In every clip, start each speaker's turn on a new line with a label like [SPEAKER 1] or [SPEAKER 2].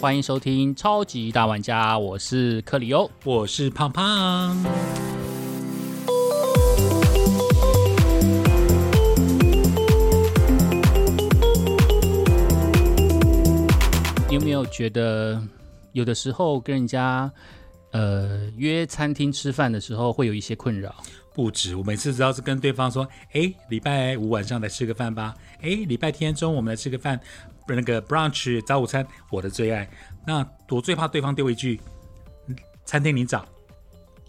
[SPEAKER 1] 欢迎收听《超级大玩家》，我是克里欧。
[SPEAKER 2] 我是胖胖。
[SPEAKER 1] 你有没有觉得，有的时候跟人家呃约餐厅吃饭的时候，会有一些困扰？
[SPEAKER 2] 不止，我每次只要是跟对方说，哎，礼拜五晚上来吃个饭吧，哎，礼拜天中午我们来吃个饭，那个 brunch 早午餐，我的最爱。那我最怕对方丢一句，嗯餐厅你找，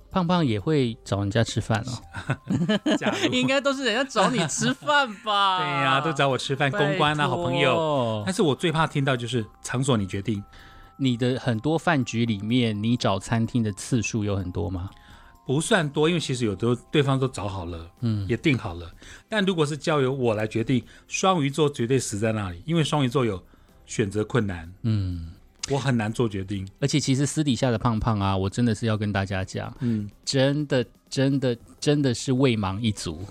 [SPEAKER 1] 胖胖也会找人家吃饭哦，
[SPEAKER 2] 假 如
[SPEAKER 1] 应该都是人家找你吃饭吧？
[SPEAKER 2] 对呀、都找我吃饭，公关啊，好朋友。
[SPEAKER 1] 友
[SPEAKER 2] 但。是我最怕听到就是场所你决定，
[SPEAKER 1] 你的很多饭局里面，你找餐厅的次数有很多吗？
[SPEAKER 2] 不算多，因为其实有的对方都找好了，嗯，也定好了。但如果是交由我来决定，双鱼座绝对死在那里，因为双鱼座有选择困难，
[SPEAKER 1] 嗯，
[SPEAKER 2] 我很难做决定。
[SPEAKER 1] 而且其实私底下的胖胖啊，我真的是要跟大家讲，
[SPEAKER 2] 嗯，
[SPEAKER 1] 真的真的真的是未盲一族，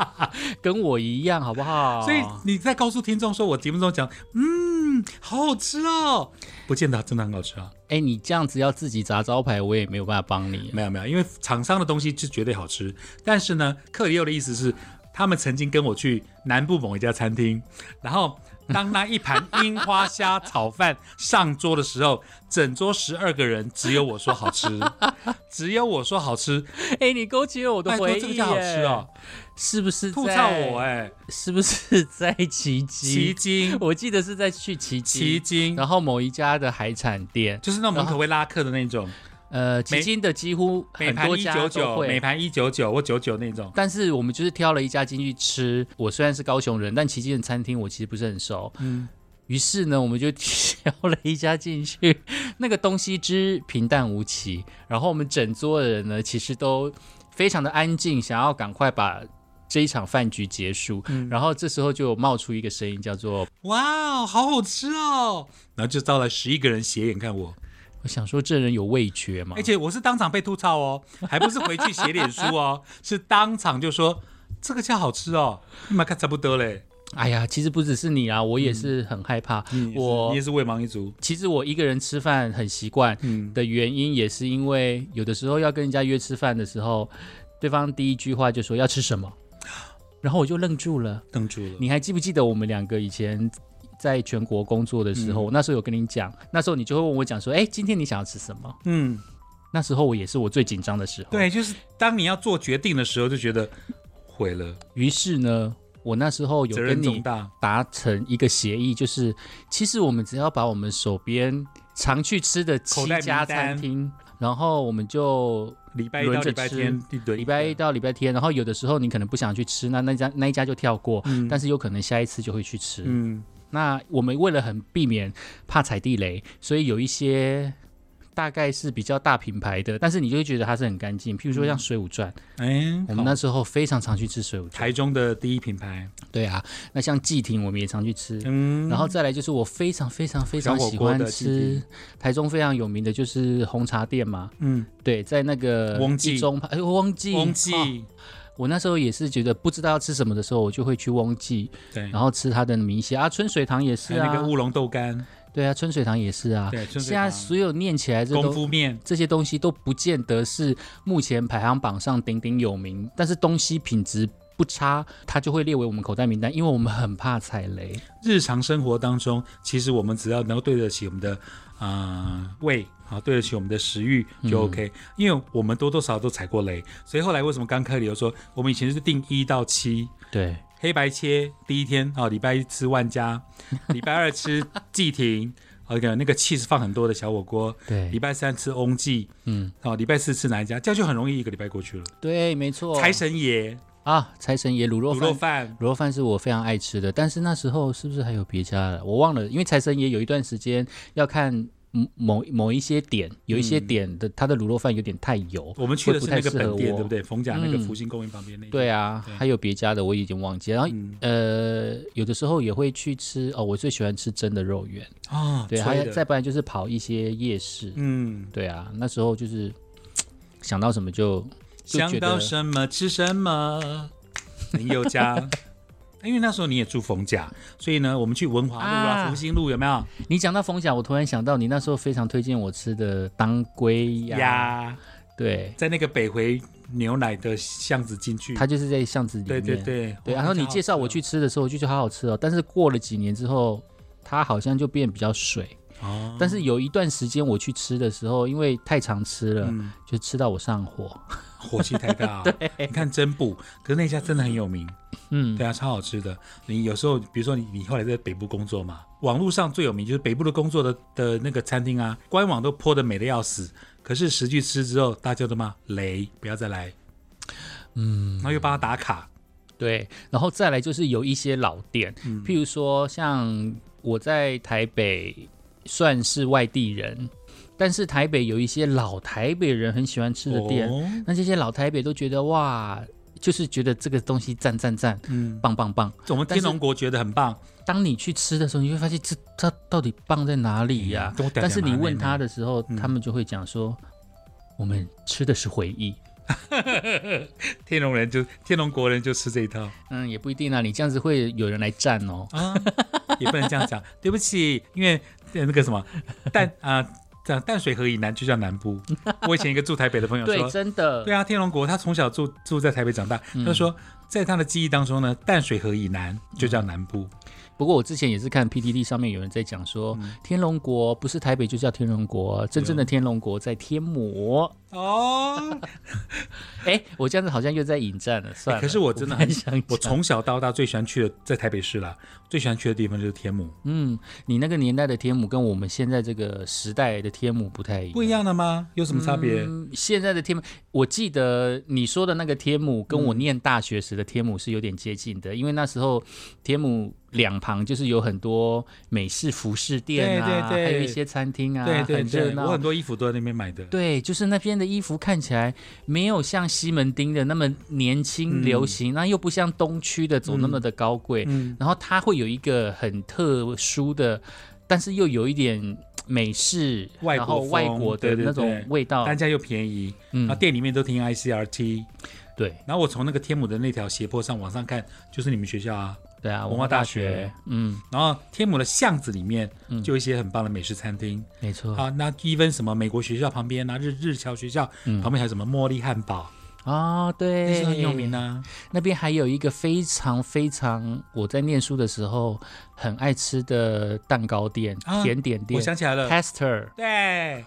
[SPEAKER 1] 跟我一样，好不好？
[SPEAKER 2] 所以你在告诉听众说，我节目中讲，嗯，好好吃哦，不见得真的很好吃啊。
[SPEAKER 1] 哎、你这样子要自己砸招牌，我也没有办法帮你。
[SPEAKER 2] 没有没有，因为厂商的东西是绝对好吃，但是呢，克里欧的意思是，他们曾经跟我去南部某一家餐厅，然后当那一盘樱花虾炒饭上桌的时候，整桌十二个人只有我说好吃，只有我说好吃，
[SPEAKER 1] 哎、你勾起了我
[SPEAKER 2] 拜托这个叫好吃哦，，
[SPEAKER 1] 是不是在？
[SPEAKER 2] 吐槽我哎、
[SPEAKER 1] 是不是在奇
[SPEAKER 2] 奇
[SPEAKER 1] 迹？
[SPEAKER 2] 经
[SPEAKER 1] 我记得是在去奇
[SPEAKER 2] 奇
[SPEAKER 1] 迹，
[SPEAKER 2] 经，
[SPEAKER 1] 然后某一家的海产店，
[SPEAKER 2] 就是那种门口会拉客的那种，
[SPEAKER 1] 呃，奇
[SPEAKER 2] 每
[SPEAKER 1] 经的几乎
[SPEAKER 2] 每
[SPEAKER 1] 很
[SPEAKER 2] 盘
[SPEAKER 1] 多
[SPEAKER 2] 一九
[SPEAKER 1] 家都
[SPEAKER 2] 九，每
[SPEAKER 1] 会。
[SPEAKER 2] 盘一九九或九九那种。
[SPEAKER 1] 但是我们就是挑了一家进去吃。我虽然是高雄人，但奇经的餐厅我其实不是很熟。
[SPEAKER 2] 嗯，
[SPEAKER 1] 于是呢，我们就挑了一家进去， 那个东西之平淡无奇，然后我们整桌的人呢，其实都非常的安静，想要赶快把这一场饭局结束。然后这时候就有冒出一个声音，叫做
[SPEAKER 2] 哇哦，好好吃哦！然后就招来十一个人斜眼看我，
[SPEAKER 1] “我想说这人有味觉嘛
[SPEAKER 2] 而且我是当场被吐槽哦，还不是回去写脸书哦，是当场就说这个叫好吃哦，你妈看差不多嘞。”。
[SPEAKER 1] 哎呀，其实不只是你啊，我也是很害怕。
[SPEAKER 2] 你也是
[SPEAKER 1] 我
[SPEAKER 2] 你也是未盲一族，
[SPEAKER 1] 其实我一个人吃饭很习惯
[SPEAKER 2] 嗯
[SPEAKER 1] 的原因，也是因为有的时候要跟人家约吃饭的时候，对方第一句话就说要吃 什么，然后我就愣住了。
[SPEAKER 2] 愣住了。
[SPEAKER 1] 你还记不记得我们两个以前在全国工作的时候？
[SPEAKER 2] 嗯
[SPEAKER 1] 我那时候有跟你讲，那时候你就会问我讲说，哎、今天你想要吃什么？
[SPEAKER 2] 嗯，
[SPEAKER 1] 那时候我也是我最紧张的时候。，
[SPEAKER 2] 对，就是当你要做决定的时候，就觉得毁了，
[SPEAKER 1] 于是呢，我那时候有
[SPEAKER 2] 责
[SPEAKER 1] 跟
[SPEAKER 2] 任重
[SPEAKER 1] 你
[SPEAKER 2] 大。
[SPEAKER 1] 达成一个协议，就是其实我们只要把我们手边常去吃的七
[SPEAKER 2] 口袋名
[SPEAKER 1] 家餐
[SPEAKER 2] 单
[SPEAKER 1] 厅，然后我们就
[SPEAKER 2] 礼拜一到
[SPEAKER 1] 轮着
[SPEAKER 2] 礼拜天，对，
[SPEAKER 1] 礼拜一到礼拜天，然后有的时候你可能不想去吃，那那家那一家就跳过，
[SPEAKER 2] 嗯
[SPEAKER 1] 但是有可能下一次就会去吃。
[SPEAKER 2] 嗯，
[SPEAKER 1] 那我们为了很避免怕踩地雷，所以有一些大概是比较大品牌的，但是你就会觉得它是很干净。譬如说像水浒传，
[SPEAKER 2] 哎，
[SPEAKER 1] 我们
[SPEAKER 2] 嗯好
[SPEAKER 1] 那时候非常常去吃水浒传。
[SPEAKER 2] 台中的第一品牌，
[SPEAKER 1] 对啊，那像季亭我们也常去吃。
[SPEAKER 2] 嗯，
[SPEAKER 1] 然后再来就是我非常非常非常
[SPEAKER 2] 小火
[SPEAKER 1] 喜
[SPEAKER 2] 锅
[SPEAKER 1] 欢
[SPEAKER 2] 的季
[SPEAKER 1] 吃台中非常有名的就是红茶店嘛，
[SPEAKER 2] 嗯，
[SPEAKER 1] 对，在那个
[SPEAKER 2] 翁
[SPEAKER 1] 一
[SPEAKER 2] 记
[SPEAKER 1] 中哎翁记
[SPEAKER 2] 翁
[SPEAKER 1] 哦
[SPEAKER 2] 记，
[SPEAKER 1] 我那时候也是觉得不知道要吃什么的时候，我就会去翁记，
[SPEAKER 2] 对，
[SPEAKER 1] 然后吃它的米线啊，春水堂也哦是
[SPEAKER 2] 还有
[SPEAKER 1] 啊，
[SPEAKER 2] 嗯哎那个乌龙豆干，
[SPEAKER 1] 对啊，春水堂也是啊，
[SPEAKER 2] 对，春水
[SPEAKER 1] 现在
[SPEAKER 2] 堂
[SPEAKER 1] 所有念起来这
[SPEAKER 2] 功
[SPEAKER 1] 都
[SPEAKER 2] 夫面，
[SPEAKER 1] 这些东西都不见得是目前排行榜上鼎鼎有名，但是东西品质不差，它就会列为我们口袋名单，因为我们很怕踩雷。
[SPEAKER 2] 日常生活当中，其实我们只要能够对得起我们的呃胃啊，对得起我们的食欲
[SPEAKER 1] 嗯
[SPEAKER 2] 就 OK，、因为我们多多少少都踩过雷，所以后来为什么刚开理由说我们以前是定一到七。
[SPEAKER 1] 对，
[SPEAKER 2] 黑白切第一天啊、礼拜一吃万家，礼拜二 吃季亭，哦，那个 cheese 放很多的小火锅，礼
[SPEAKER 1] 对，
[SPEAKER 2] 拜三吃翁记，
[SPEAKER 1] 嗯，
[SPEAKER 2] 哦，礼拜四吃哪一家，这样就很容易一个礼拜过去了。
[SPEAKER 1] 对，没错。
[SPEAKER 2] 财神爷
[SPEAKER 1] 啊，财神哦爷卤肉
[SPEAKER 2] 卤肉
[SPEAKER 1] 饭。
[SPEAKER 2] 饭，
[SPEAKER 1] 卤肉饭是我非常爱吃的，但是那时候是不是还有别家的？我忘了，因为财神爷有一段时间要看某某某一些点，有一些点的、它的卤肉饭有点太油，
[SPEAKER 2] 嗯我们去
[SPEAKER 1] 会
[SPEAKER 2] 的
[SPEAKER 1] 不
[SPEAKER 2] 是
[SPEAKER 1] 太
[SPEAKER 2] 那个
[SPEAKER 1] 适合
[SPEAKER 2] 本店，
[SPEAKER 1] 我
[SPEAKER 2] 对不对？逢甲那个
[SPEAKER 1] 嗯
[SPEAKER 2] 福星公园旁边那一家
[SPEAKER 1] 对啊，
[SPEAKER 2] 对
[SPEAKER 1] 还有别家的我已经忘记了。然后、
[SPEAKER 2] 嗯
[SPEAKER 1] 呃，有的时候也会去吃哦，我最喜欢吃蒸的肉圆，
[SPEAKER 2] 啊，
[SPEAKER 1] 对，
[SPEAKER 2] 脆
[SPEAKER 1] 还有
[SPEAKER 2] 的
[SPEAKER 1] 再不然就是跑一些夜市，
[SPEAKER 2] 嗯，
[SPEAKER 1] 对啊，那时候就是想到什么就就
[SPEAKER 2] 想
[SPEAKER 1] 觉
[SPEAKER 2] 到
[SPEAKER 1] 得
[SPEAKER 2] 什么吃什么，林宥嘉。因为那时候你也住逢甲，所以呢，我们去文华路啊、
[SPEAKER 1] 啊
[SPEAKER 2] 福兴路有没有
[SPEAKER 1] 你讲到逢甲，我突然想到你那时候非常推荐我吃的当归鸭，
[SPEAKER 2] 呀？
[SPEAKER 1] 对，
[SPEAKER 2] 在那个北回牛奶的巷子进去，
[SPEAKER 1] 它就是在巷子里
[SPEAKER 2] 嗯对
[SPEAKER 1] 面。
[SPEAKER 2] 对哦对
[SPEAKER 1] 对，然后你介绍我去吃的时候，我就觉得好好吃哦。但是过了几年之后，它好像就变比较水。
[SPEAKER 2] 哦，
[SPEAKER 1] 但是有一段时间我去吃的时候，因为太常吃了，
[SPEAKER 2] 嗯，
[SPEAKER 1] 就吃到我上火。
[SPEAKER 2] 火气 太大、啊。对，你看真补，可是那家真的很有名。
[SPEAKER 1] 嗯，
[SPEAKER 2] 对啊，超好吃的。你有时候，比如说你你后来在北部工作嘛，网络上最有名就是北部的工作的的那个餐厅啊，官网都泼的美的要死，可是实际吃之后，大家都骂雷，不要再来。嗯，然后又帮他打卡，
[SPEAKER 1] 对。然后再来就是有一些老店，
[SPEAKER 2] 嗯
[SPEAKER 1] 譬如说像我在台北算是外地人，但是台北有一些老台北人很喜欢吃的店，
[SPEAKER 2] 哦
[SPEAKER 1] 那这些老台北都觉得哇，就是觉得这个东西赞赞赞，
[SPEAKER 2] 嗯，
[SPEAKER 1] 棒棒棒。
[SPEAKER 2] 我们
[SPEAKER 1] 但是
[SPEAKER 2] 天龙国觉得很棒。
[SPEAKER 1] 当你去吃的时候，你会发现这它到底棒在哪里呀、
[SPEAKER 2] 嗯都得
[SPEAKER 1] 但是你问他
[SPEAKER 2] 的，
[SPEAKER 1] 的时候，
[SPEAKER 2] 嗯
[SPEAKER 1] 他们就会讲说，我们吃的是回忆。
[SPEAKER 2] 天龙人就天龙国人就吃这一套
[SPEAKER 1] 嗯，也不一定啊，你这样子会有人来站哦。
[SPEAKER 2] 啊，也不能这样讲，对不起，因为呃那个什么 淡啊。淡淡水河以南就叫南部。我以前一个住台北的朋友说
[SPEAKER 1] 对，，真的，嗯
[SPEAKER 2] 对啊，天龙国他从小住住在台北长大，他说在他的记忆当中呢，淡水河以南就叫南部。
[SPEAKER 1] 不过我之前也是看 PTT 上面有人在讲说，天龙国不是台北就叫天龙国，真正的天龙国在天母。
[SPEAKER 2] 哦，
[SPEAKER 1] 哎，我这样子好像又在引战了，算了。
[SPEAKER 2] 可是我真的
[SPEAKER 1] 不太
[SPEAKER 2] 很
[SPEAKER 1] 想
[SPEAKER 2] 我
[SPEAKER 1] 讲
[SPEAKER 2] 从小到大最喜欢去的在台北市啦，最喜欢去的地方就是天母，
[SPEAKER 1] 嗯，你那个年代的天母跟我们现在这个时代的天母不太一样。
[SPEAKER 2] 不一样的吗？有什么差别？
[SPEAKER 1] 嗯，现在的天母，我记得你说的那个天母，跟我念大学时的天母是有点接近的，因为那时候天母两旁就是有很多美式服饰店啊，
[SPEAKER 2] 对对对
[SPEAKER 1] 还有一些餐厅啊，
[SPEAKER 2] 对对
[SPEAKER 1] 很热
[SPEAKER 2] 对，我
[SPEAKER 1] 闹
[SPEAKER 2] 很。多衣服都在那边买的。
[SPEAKER 1] 对，就是那边的衣服看起来没有像西门町的那么年轻
[SPEAKER 2] 嗯
[SPEAKER 1] 流行，那又不像东区的走那么的高贵，
[SPEAKER 2] 嗯，
[SPEAKER 1] 然后它会有一个很特殊的，但是又有一点美式，
[SPEAKER 2] 外
[SPEAKER 1] 然
[SPEAKER 2] 国
[SPEAKER 1] 后外
[SPEAKER 2] 风
[SPEAKER 1] 国的
[SPEAKER 2] 对对
[SPEAKER 1] 那种
[SPEAKER 2] 对
[SPEAKER 1] 味道，
[SPEAKER 2] 单价又便宜，然后
[SPEAKER 1] 嗯，
[SPEAKER 2] 店里面都听 ICRT。
[SPEAKER 1] 对
[SPEAKER 2] 然后我从那个天母的那条斜坡上往上看，就是你们学校啊。
[SPEAKER 1] 对啊，
[SPEAKER 2] 文化
[SPEAKER 1] 化
[SPEAKER 2] 大
[SPEAKER 1] 学
[SPEAKER 2] 学，
[SPEAKER 1] 嗯，
[SPEAKER 2] 然后天母的巷子里面
[SPEAKER 1] 嗯
[SPEAKER 2] 就有一些很棒的美食餐厅，
[SPEAKER 1] 没错
[SPEAKER 2] 啊，那 even 什么美国学校旁边啊，日日侨学校、
[SPEAKER 1] 嗯
[SPEAKER 2] 旁边还有什么茉莉汉堡，
[SPEAKER 1] 啊、
[SPEAKER 2] 那
[SPEAKER 1] 对，
[SPEAKER 2] 是很有名啊。
[SPEAKER 1] 那边还有一个非常非常我在念书的时候很爱吃的蛋糕店、
[SPEAKER 2] 啊
[SPEAKER 1] 甜点
[SPEAKER 2] 我
[SPEAKER 1] 店
[SPEAKER 2] 想起来了，
[SPEAKER 1] ，Taster
[SPEAKER 2] 对，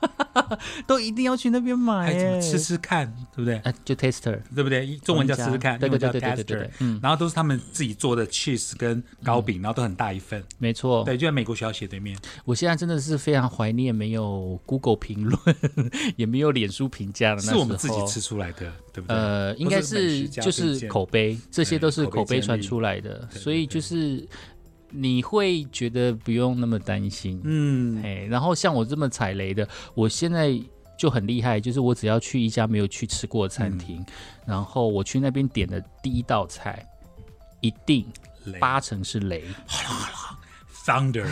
[SPEAKER 1] 都一定要去那边买
[SPEAKER 2] 还有什么
[SPEAKER 1] 耶，
[SPEAKER 2] 吃吃看，对不对？
[SPEAKER 1] 啊，就 Taster，
[SPEAKER 2] 对不对？中文叫吃吃看，
[SPEAKER 1] 对对
[SPEAKER 2] 英文叫
[SPEAKER 1] 对对对对对
[SPEAKER 2] tester，
[SPEAKER 1] 对，嗯，
[SPEAKER 2] 然后都是他们自己做的 cheese 跟糕饼，然后都很大一份，
[SPEAKER 1] 没错，
[SPEAKER 2] 对，就在美国学校斜对面。
[SPEAKER 1] 我现在真的是非常怀念没有 Google 评论， 也没有脸书评价的那时
[SPEAKER 2] 是
[SPEAKER 1] 候。
[SPEAKER 2] 我们自己吃。出来的，对不对？
[SPEAKER 1] 呃，应该
[SPEAKER 2] 或是美
[SPEAKER 1] 是
[SPEAKER 2] 食家
[SPEAKER 1] 就
[SPEAKER 2] 推
[SPEAKER 1] 是
[SPEAKER 2] 荐
[SPEAKER 1] 口碑，这些都是
[SPEAKER 2] 口碑
[SPEAKER 1] 口碑
[SPEAKER 2] 建
[SPEAKER 1] 传
[SPEAKER 2] 立
[SPEAKER 1] 出来的，
[SPEAKER 2] 对
[SPEAKER 1] 所以
[SPEAKER 2] 对
[SPEAKER 1] 就是你会觉得不用那么担心。
[SPEAKER 2] 嗯，
[SPEAKER 1] 哎，然后像我这么踩雷的，我现在就很厉害，就是我只要去一家没有去吃过的餐
[SPEAKER 2] 嗯
[SPEAKER 1] 厅，然后我去那边点的第一道菜，一定
[SPEAKER 2] 雷
[SPEAKER 1] 八成是 雷，
[SPEAKER 2] thunder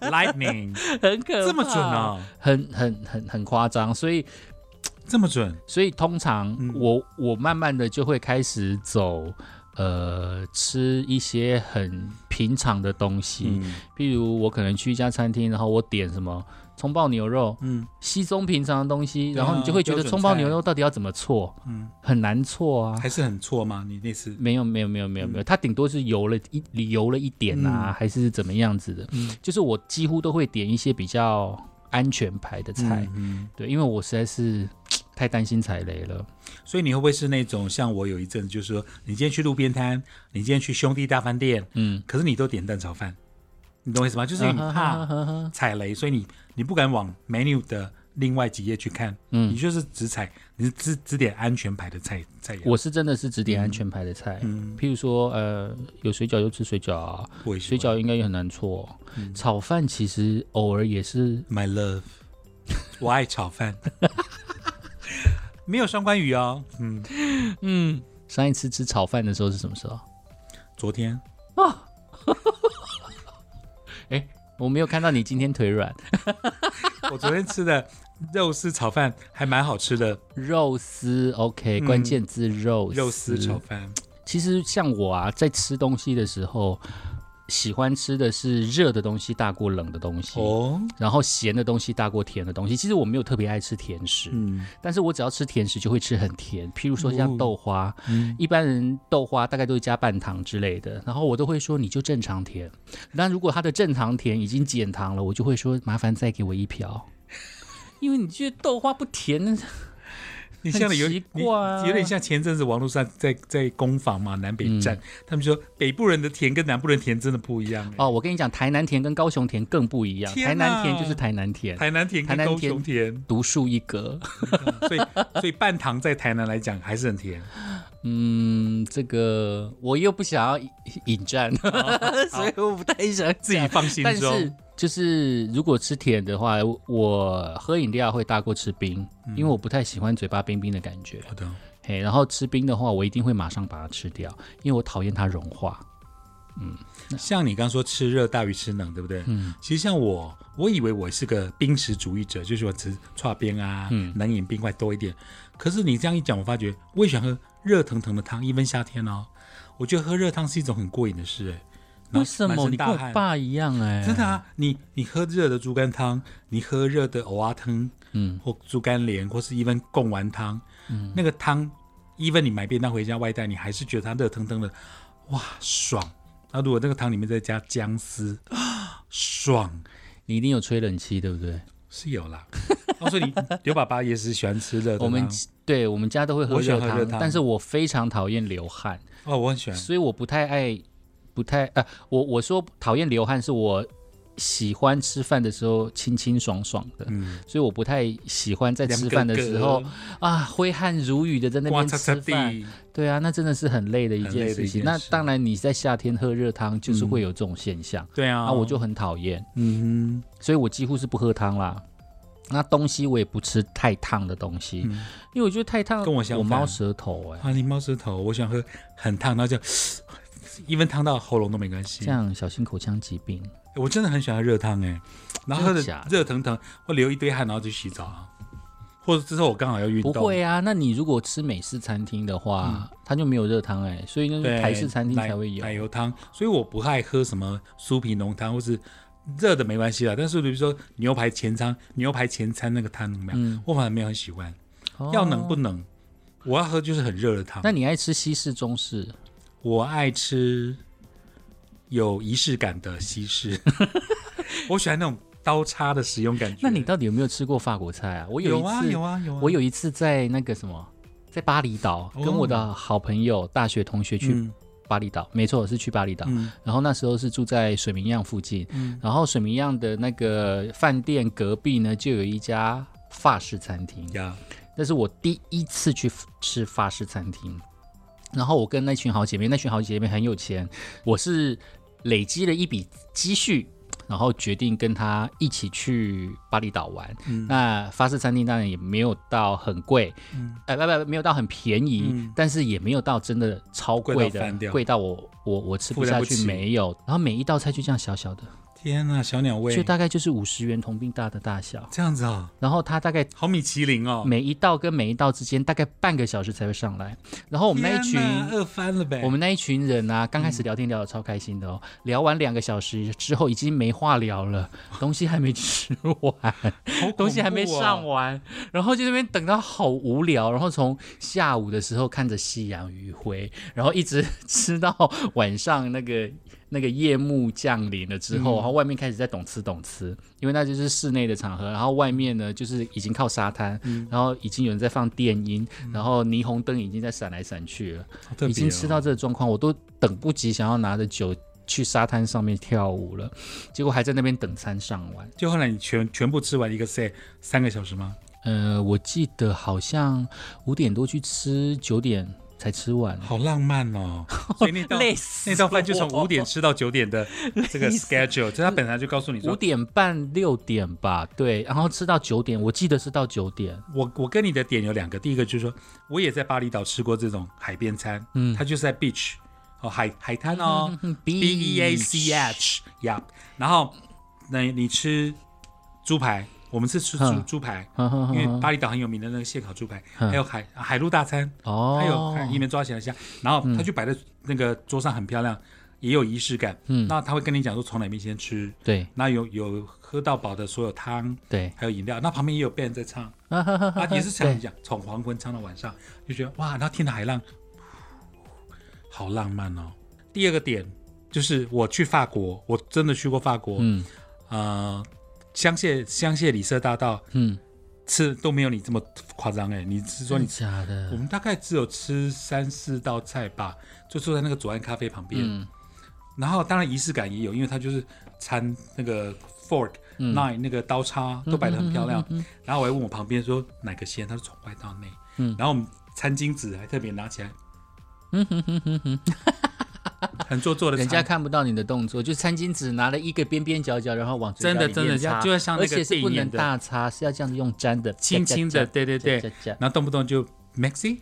[SPEAKER 2] lightning
[SPEAKER 1] 很可
[SPEAKER 2] 这么准
[SPEAKER 1] 怕，
[SPEAKER 2] 啊，
[SPEAKER 1] 很很很很夸张，所以
[SPEAKER 2] 这么准，
[SPEAKER 1] 所以通常
[SPEAKER 2] 嗯
[SPEAKER 1] 我、我慢慢的就会开始走，呃，吃一些很平常的东西，
[SPEAKER 2] 嗯
[SPEAKER 1] 譬如我可能去一家餐厅，然后我点什么葱爆牛肉，
[SPEAKER 2] 嗯
[SPEAKER 1] 稀松平常的东西，
[SPEAKER 2] 对
[SPEAKER 1] 然
[SPEAKER 2] 啊
[SPEAKER 1] 后你就会觉得
[SPEAKER 2] 标准菜
[SPEAKER 1] 葱爆牛肉到底要怎么错，
[SPEAKER 2] 嗯，
[SPEAKER 1] 很难错啊。
[SPEAKER 2] 还是很错吗？你那次
[SPEAKER 1] 没有没有没有没有没有，它顶多是油了一油了一点啊，
[SPEAKER 2] 嗯
[SPEAKER 1] 还是怎么样子的。
[SPEAKER 2] 嗯
[SPEAKER 1] 就是我几乎都会点一些比较安全牌的菜，
[SPEAKER 2] 嗯
[SPEAKER 1] 对，因为我实在是太担心踩雷了。
[SPEAKER 2] 所以你会不会是那种像我有一阵，就是说你今天去路边摊，你今天去兄弟大饭店，
[SPEAKER 1] 嗯，
[SPEAKER 2] 可是你都点蛋炒饭，你懂我意思吗？就是因为你怕
[SPEAKER 1] 怕，
[SPEAKER 2] 踩雷，所以你你不敢往 menu 的另外几页去看，
[SPEAKER 1] 嗯
[SPEAKER 2] 你就是只踩，你是只只点安全牌的菜菜肴。
[SPEAKER 1] 我是真的是只点安全牌的菜，
[SPEAKER 2] 嗯，
[SPEAKER 1] 譬如说呃有水饺就吃水饺啊，
[SPEAKER 2] 我也是
[SPEAKER 1] 水饺应该也很难错，
[SPEAKER 2] 嗯
[SPEAKER 1] 炒饭其实偶尔也是
[SPEAKER 2] my love，我爱炒饭， 没有双关语哦。嗯，
[SPEAKER 1] 嗯，上一次吃炒饭的时候是什么时候？
[SPEAKER 2] 昨天
[SPEAKER 1] 我没有看到你今天腿软，
[SPEAKER 2] 我昨天吃的肉丝炒饭还蛮好吃的，
[SPEAKER 1] 肉丝 OK，、
[SPEAKER 2] 嗯
[SPEAKER 1] 关键字肉丝
[SPEAKER 2] 肉丝炒饭。
[SPEAKER 1] 其实像我啊，在吃东西的时候，喜欢吃的是热的东西大过冷的东西，
[SPEAKER 2] 哦，
[SPEAKER 1] 然后咸的东西大过甜的东西。其实我没有特别爱吃甜食，
[SPEAKER 2] 嗯
[SPEAKER 1] 但是我只要吃甜食就会吃很甜，譬如说像豆花，
[SPEAKER 2] 嗯
[SPEAKER 1] 一般人豆花大概都会加半糖之类的，然后我都会说你就正常甜。那如果它的正常甜已经减糖了，我就会说麻烦再给我一瓢，因为你觉得豆花不甜，
[SPEAKER 2] 你像有
[SPEAKER 1] 很奇怪啊
[SPEAKER 2] 你有点像前阵子网络上在在攻防嘛，南北战，他们说北部人的甜跟南部人甜真的不一样、欸
[SPEAKER 1] 嗯哦，我跟你讲，台南甜跟高雄甜更不一样，
[SPEAKER 2] 天
[SPEAKER 1] 台南甜
[SPEAKER 2] 哪
[SPEAKER 1] 就是台南甜，
[SPEAKER 2] 台南甜
[SPEAKER 1] 台
[SPEAKER 2] 跟
[SPEAKER 1] 南
[SPEAKER 2] 高
[SPEAKER 1] 甜
[SPEAKER 2] 雄甜，
[SPEAKER 1] 独树一格。
[SPEAKER 2] 所以所以半糖在台南来讲还是很甜。
[SPEAKER 1] 嗯，这个我又不想要引引战， 所以我不太想
[SPEAKER 2] 自己
[SPEAKER 1] 讲
[SPEAKER 2] 放 心
[SPEAKER 1] 但
[SPEAKER 2] 中
[SPEAKER 1] 是。就是如果吃甜的话，我我喝饮料会大过吃冰，
[SPEAKER 2] 嗯
[SPEAKER 1] 因为我不太喜欢嘴巴冰冰的感觉。
[SPEAKER 2] 好的，
[SPEAKER 1] 嘿，然后吃冰的话，我一定会马上把它吃掉，因为我讨厌它融化。
[SPEAKER 2] 像你刚刚说吃热大于吃冷，对不对？嗯，其实像我，我以为我是个冰食主义者，就是我吃串冰啊，
[SPEAKER 1] 嗯
[SPEAKER 2] 冷饮冰块多一点。可是你这样一讲，我发觉我也喜欢喝热腾腾的汤，一分夏天哦，我觉得喝热汤是一种很过瘾的事哎。
[SPEAKER 1] 为什
[SPEAKER 2] 满
[SPEAKER 1] 么
[SPEAKER 2] 身
[SPEAKER 1] 你跟
[SPEAKER 2] 大
[SPEAKER 1] 我
[SPEAKER 2] 汗
[SPEAKER 1] 爸一样哎、
[SPEAKER 2] 真的啊，你你喝热的猪肝汤，你喝热的藕啊汤，嗯，或猪肝莲，或是一份贡丸汤，嗯，那个汤，even 你买便当回家外带，你还是觉得它热腾腾的，哇，爽。那如果那个汤里面再加姜丝， 爽
[SPEAKER 1] 你一定有吹冷气对不对？
[SPEAKER 2] 是有啦。哦， 所以你刘爸爸也是喜欢吃热的吗，
[SPEAKER 1] 我们对我们家都会喝
[SPEAKER 2] 我喜欢
[SPEAKER 1] 热
[SPEAKER 2] 喝
[SPEAKER 1] 汤，
[SPEAKER 2] 热汤
[SPEAKER 1] 但是我非常讨厌流汗，
[SPEAKER 2] 哦，我很喜欢，
[SPEAKER 1] 所以我不太爱，不太呃，我我说讨厌流汗是我喜欢吃饭的时候清清爽爽的，
[SPEAKER 2] 嗯，
[SPEAKER 1] 所以我不太喜欢在吃饭的时候啊挥汗如雨的在那
[SPEAKER 2] 哇
[SPEAKER 1] 边
[SPEAKER 2] 擦
[SPEAKER 1] 吃
[SPEAKER 2] 擦
[SPEAKER 1] 饭。
[SPEAKER 2] 地，
[SPEAKER 1] 对啊，那真的是很累的一
[SPEAKER 2] 很
[SPEAKER 1] 件
[SPEAKER 2] 累的
[SPEAKER 1] 事
[SPEAKER 2] 一
[SPEAKER 1] 情。
[SPEAKER 2] 件
[SPEAKER 1] 那
[SPEAKER 2] 事
[SPEAKER 1] 当然，你在夏天喝热汤就是会有这种现象，
[SPEAKER 2] 对啊，
[SPEAKER 1] 啊，我就很讨厌，
[SPEAKER 2] 嗯
[SPEAKER 1] 所以我几乎是不喝汤啦。那东西我也不吃太烫的东西，
[SPEAKER 2] 嗯
[SPEAKER 1] 因为我觉得太烫
[SPEAKER 2] 跟我相
[SPEAKER 1] 我
[SPEAKER 2] 反
[SPEAKER 1] 猫舌头 哎、
[SPEAKER 2] 啊，你猫舌头，我喜欢喝很烫，然后就 even 烫到喉咙都没关系，
[SPEAKER 1] 这样小心口腔疾病。
[SPEAKER 2] 欸我真的很喜欢喝热汤哎，然后喝
[SPEAKER 1] 真的假
[SPEAKER 2] 的
[SPEAKER 1] 的
[SPEAKER 2] 热腾腾，会流一堆汗，然后去洗澡啊，或者之后我刚好要运
[SPEAKER 1] 不
[SPEAKER 2] 动，
[SPEAKER 1] 会啊，那你如果吃美式餐厅的话，它就没有热汤哎，所以那
[SPEAKER 2] 嗯对
[SPEAKER 1] 是台式餐厅才会有
[SPEAKER 2] 奶奶。油汤，所以我不爱喝什么酥皮浓汤或是。热的没关系啦，但是比如说牛排前餐，牛排前餐那个汤有没有？
[SPEAKER 1] 嗯
[SPEAKER 2] 我反而没有很喜欢，
[SPEAKER 1] 哦
[SPEAKER 2] 要冷不冷，我要喝就是很热的汤。
[SPEAKER 1] 那你爱吃西式、中式？
[SPEAKER 2] 我爱吃有仪式感的西 式，我喜欢那种刀叉的使用感觉。
[SPEAKER 1] 那你到底有没有吃过法国菜啊？我一
[SPEAKER 2] 有啊
[SPEAKER 1] 次，
[SPEAKER 2] 有啊有啊，
[SPEAKER 1] 我有一次在那个什么，在巴厘岛
[SPEAKER 2] 哦
[SPEAKER 1] 跟我的好朋友、大学同学去
[SPEAKER 2] 嗯
[SPEAKER 1] 巴厘岛，没错，是去巴厘岛。
[SPEAKER 2] 嗯
[SPEAKER 1] 然后那时候是住在水明漾附近，
[SPEAKER 2] 嗯
[SPEAKER 1] 然后水明漾的那个饭店隔壁呢，就有一家法式餐厅。
[SPEAKER 2] 呀，
[SPEAKER 1] 那是我第一次去吃法式餐厅，然后我跟那群好姐妹，那群好姐妹很有钱，我是累积了一笔积蓄，然后决定跟她一起去巴厘岛玩。
[SPEAKER 2] 嗯
[SPEAKER 1] 那法式餐厅当然也没有到很贵，
[SPEAKER 2] 嗯
[SPEAKER 1] 哎、不不，没有到很便宜，
[SPEAKER 2] 嗯
[SPEAKER 1] 但是也没有到真的超贵
[SPEAKER 2] 贵到
[SPEAKER 1] 的，
[SPEAKER 2] 翻掉
[SPEAKER 1] 贵到我我我吃不
[SPEAKER 2] 负担
[SPEAKER 1] 下
[SPEAKER 2] 不
[SPEAKER 1] 去，
[SPEAKER 2] 起
[SPEAKER 1] 没有。然后每一道菜就这样小小的，
[SPEAKER 2] 天呐，小鸟
[SPEAKER 1] 就
[SPEAKER 2] 胃
[SPEAKER 1] 大概就是五十元同病大的大小，
[SPEAKER 2] 这样子啊、
[SPEAKER 1] 然后它大概
[SPEAKER 2] 好米其林哦。
[SPEAKER 1] 每一道跟每一道之间大概半个小时才会上来。然后我们那一群
[SPEAKER 2] 天，哪嗯饿翻了呗。
[SPEAKER 1] 我们那一群人啊，刚开始聊天聊得超开心的哦，聊完两个小时之后已经没话聊了，东西还没吃完，
[SPEAKER 2] 好恐怖哦
[SPEAKER 1] 东西还没上，完，然后就那边等到好无聊，然后从下午的时候看着夕阳余晖，然后一直吃到晚上那个 那个夜幕降临了之后，
[SPEAKER 2] 嗯
[SPEAKER 1] 然后外面开始在懂吃懂吃，因为那就是室内的场合，然后外面呢就是已经靠沙滩，
[SPEAKER 2] 嗯
[SPEAKER 1] 然后已经有人在放电音，然后霓虹灯已经在闪来闪去了，
[SPEAKER 2] 好嗯特别哦
[SPEAKER 1] 已经吃到这个状况，我都等不及想要拿着酒。去沙滩上面跳舞了，结果还在那边等餐上完。
[SPEAKER 2] 就后来你全全部吃完一个 set 三个小时吗？
[SPEAKER 1] 呃，我记得好像五点多去吃，九点才吃完。
[SPEAKER 2] 好浪漫 哦，所以那道
[SPEAKER 1] 累死
[SPEAKER 2] 那道饭就从
[SPEAKER 1] 我
[SPEAKER 2] 五点吃到九 点的这个 schedule，就他本来就告诉你
[SPEAKER 1] 五
[SPEAKER 2] 说，
[SPEAKER 1] 点半六点吧，对，然后吃到九点，我记得是到九点。
[SPEAKER 2] 我我跟你的点有两个，第一个就是说我也在巴厘岛吃过这种海边餐，嗯，它就是在 beach 哦海海滩哦，
[SPEAKER 1] B
[SPEAKER 2] E B E A C H，呀、然后那你吃猪排，我们是吃猪
[SPEAKER 1] 嗯
[SPEAKER 2] 猪排，
[SPEAKER 1] 呵呵呵
[SPEAKER 2] 因为
[SPEAKER 1] 呵
[SPEAKER 2] 巴厘岛很有名的那个蟹烤猪排，
[SPEAKER 1] 嗯
[SPEAKER 2] 还有海海陆大餐，
[SPEAKER 1] 哦，
[SPEAKER 2] 还有看一门抓起来虾，然后他就摆在那个桌上很漂亮，也有仪式感。
[SPEAKER 1] 嗯
[SPEAKER 2] 那他会跟你讲说从哪边先吃，
[SPEAKER 1] 对
[SPEAKER 2] 那有有喝到饱的所有汤，
[SPEAKER 1] 对，
[SPEAKER 2] 还有饮料，那旁边也有 band 在唱，
[SPEAKER 1] 啊哈 哈哈
[SPEAKER 2] 啊，也是像
[SPEAKER 1] 对
[SPEAKER 2] 你讲，从黄昏唱到晚上，就觉得哇，然后听着海浪， 好浪漫哦。第二个点就是我去法国，我真的去过法国，
[SPEAKER 1] 嗯
[SPEAKER 2] 呃，香榭香榭里舍大道
[SPEAKER 1] 嗯，
[SPEAKER 2] 吃都没有你这么夸张哎，你是说
[SPEAKER 1] 真
[SPEAKER 2] 你
[SPEAKER 1] 的假
[SPEAKER 2] 我
[SPEAKER 1] 的？
[SPEAKER 2] 们大概只有吃三四道菜吧，就坐在那个左岸咖啡旁边。
[SPEAKER 1] 嗯
[SPEAKER 2] 然后当然仪式感也有，因为它就是餐那个 fork、
[SPEAKER 1] 嗯
[SPEAKER 2] knife 那个刀叉都摆得很漂亮。
[SPEAKER 1] 嗯嗯嗯嗯
[SPEAKER 2] 然后我还问我旁边说哪个先，他说从外到内。
[SPEAKER 1] 嗯
[SPEAKER 2] 然后我们餐巾纸还特别拿起来，
[SPEAKER 1] 嗯哼哼哼哼，
[SPEAKER 2] 很做作的
[SPEAKER 1] 人家
[SPEAKER 2] 餐。
[SPEAKER 1] 看不到你的动作，就餐巾纸拿了一个边边角角，然后往嘴
[SPEAKER 2] 真
[SPEAKER 1] 角
[SPEAKER 2] 的
[SPEAKER 1] 里
[SPEAKER 2] 真的
[SPEAKER 1] 面
[SPEAKER 2] 像
[SPEAKER 1] 擦
[SPEAKER 2] 就像那
[SPEAKER 1] 而
[SPEAKER 2] 个
[SPEAKER 1] 且是不
[SPEAKER 2] 电
[SPEAKER 1] 能
[SPEAKER 2] 影的
[SPEAKER 1] 大擦，是要这样子用粘的，
[SPEAKER 2] 轻轻的，
[SPEAKER 1] 夹，
[SPEAKER 2] 对对对
[SPEAKER 1] 夹，夹夹
[SPEAKER 2] 然后动不动就 maxi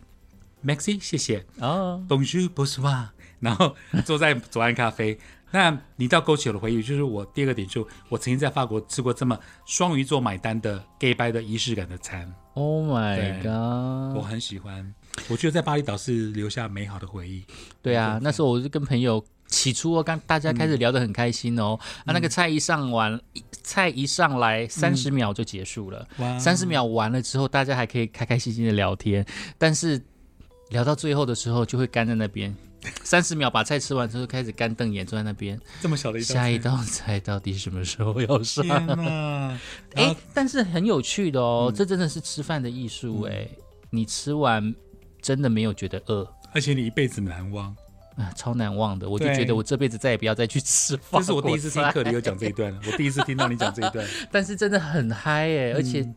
[SPEAKER 2] maxi 谢谢
[SPEAKER 1] 哦，
[SPEAKER 2] bonjour bonsoir，然 后坐在左岸咖啡。那你倒勾起我的回忆，就是我第二个点，就我曾经在法国吃过这么双鱼座买单的 gay bye 的仪式感的餐，
[SPEAKER 1] Oh
[SPEAKER 2] 对
[SPEAKER 1] my
[SPEAKER 2] 我
[SPEAKER 1] god！
[SPEAKER 2] 很喜欢。我觉得在巴厘岛是留下美好的回忆。
[SPEAKER 1] 对啊，那时候我是跟朋友。起初哦，刚大家开始聊得很开心哦，啊，那个菜一上完，一菜一上来三十秒就结束了，
[SPEAKER 2] 哇
[SPEAKER 1] 三十秒完了之后，大家还可以开开心心的聊天，但是聊到最后的时候就会干在那边。三十秒把菜吃完之后，开始干瞪眼坐在那边，
[SPEAKER 2] 这么小的一道
[SPEAKER 1] 下一
[SPEAKER 2] 菜
[SPEAKER 1] 道菜到底什么时候要上？
[SPEAKER 2] 天哪！然
[SPEAKER 1] 哎
[SPEAKER 2] 后，
[SPEAKER 1] 但是很有趣的哦，这真的是吃饭的艺术哎。你吃完真的没有觉得饿
[SPEAKER 2] 而且你一辈子难忘。
[SPEAKER 1] 啊，超难忘的。我就
[SPEAKER 2] 对
[SPEAKER 1] 觉得我这辈子再也不要再去吃饭。
[SPEAKER 2] 这是我第一次听课里有讲这一段，我第一次听到你讲这一段。
[SPEAKER 1] 但是真的很嗨哎、而
[SPEAKER 2] 嗯
[SPEAKER 1] 且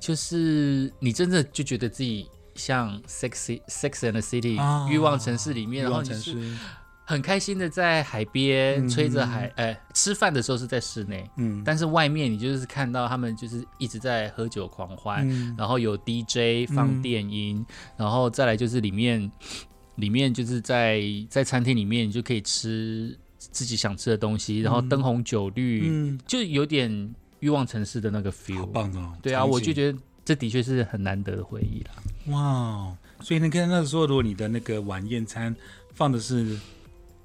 [SPEAKER 1] 就是你真的就觉得自己像 sexy Sex and the City、
[SPEAKER 2] 啊
[SPEAKER 1] 欲望城市里面，然后你
[SPEAKER 2] 城
[SPEAKER 1] 是
[SPEAKER 2] 市，
[SPEAKER 1] 很开心的在海边、
[SPEAKER 2] 嗯
[SPEAKER 1] 吹着海，哎、吃饭的时候是在室内，
[SPEAKER 2] 嗯，
[SPEAKER 1] 但是外面你就是看到他们就是一直在喝酒狂欢，
[SPEAKER 2] 嗯
[SPEAKER 1] 然后有 DJ 放
[SPEAKER 2] 嗯
[SPEAKER 1] 电音，然后再来就是里面里面就是在在餐厅里面你就可以吃自己想吃的东西，然后灯红酒绿，
[SPEAKER 2] 嗯，
[SPEAKER 1] 就有点欲望城市的那个
[SPEAKER 2] 好
[SPEAKER 1] feel。
[SPEAKER 2] 棒哦！
[SPEAKER 1] 对啊，
[SPEAKER 2] 场
[SPEAKER 1] 我
[SPEAKER 2] 景
[SPEAKER 1] 就觉得这的确是很难得的回忆啦。
[SPEAKER 2] 哇哦，所以你看那时候，如果你的那个晚宴餐放的是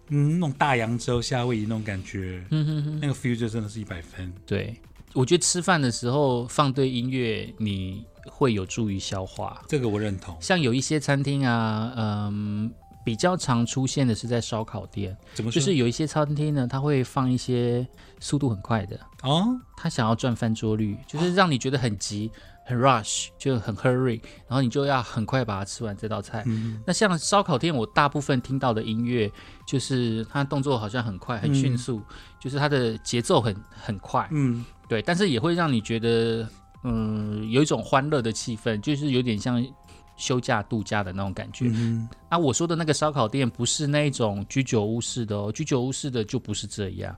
[SPEAKER 2] 嗯那种大洋洲夏威夷那种感觉，
[SPEAKER 1] 嗯哼哼，
[SPEAKER 2] 那个 feel 就真的是一百分。
[SPEAKER 1] 对，我觉得吃饭的时候放对音乐，你会有助于消化。
[SPEAKER 2] 这个我认同。
[SPEAKER 1] 像有一些餐厅啊，嗯，比较常出现的是在烧烤店，
[SPEAKER 2] 怎么
[SPEAKER 1] 就
[SPEAKER 2] 说？
[SPEAKER 1] 是有一些餐厅呢，它会放一些速度很快的，
[SPEAKER 2] 哦，
[SPEAKER 1] 他想要赚翻桌率，就是让你觉得很急、很 rush，就很 hurry，然后你就要很快把它吃完这道菜。
[SPEAKER 2] 嗯，
[SPEAKER 1] 那像烧烤店，我大部分听到的音乐就是它动作好像很快、很迅速，就是它的节奏很很快，
[SPEAKER 2] 嗯，
[SPEAKER 1] 对，但是也会让你觉得，嗯，有一种欢乐的气氛，就是有点像休假度假的那种感觉。
[SPEAKER 2] 嗯，
[SPEAKER 1] 啊，我说的那个烧烤店不是那种居酒屋式的哦，居酒屋式的就不是这样，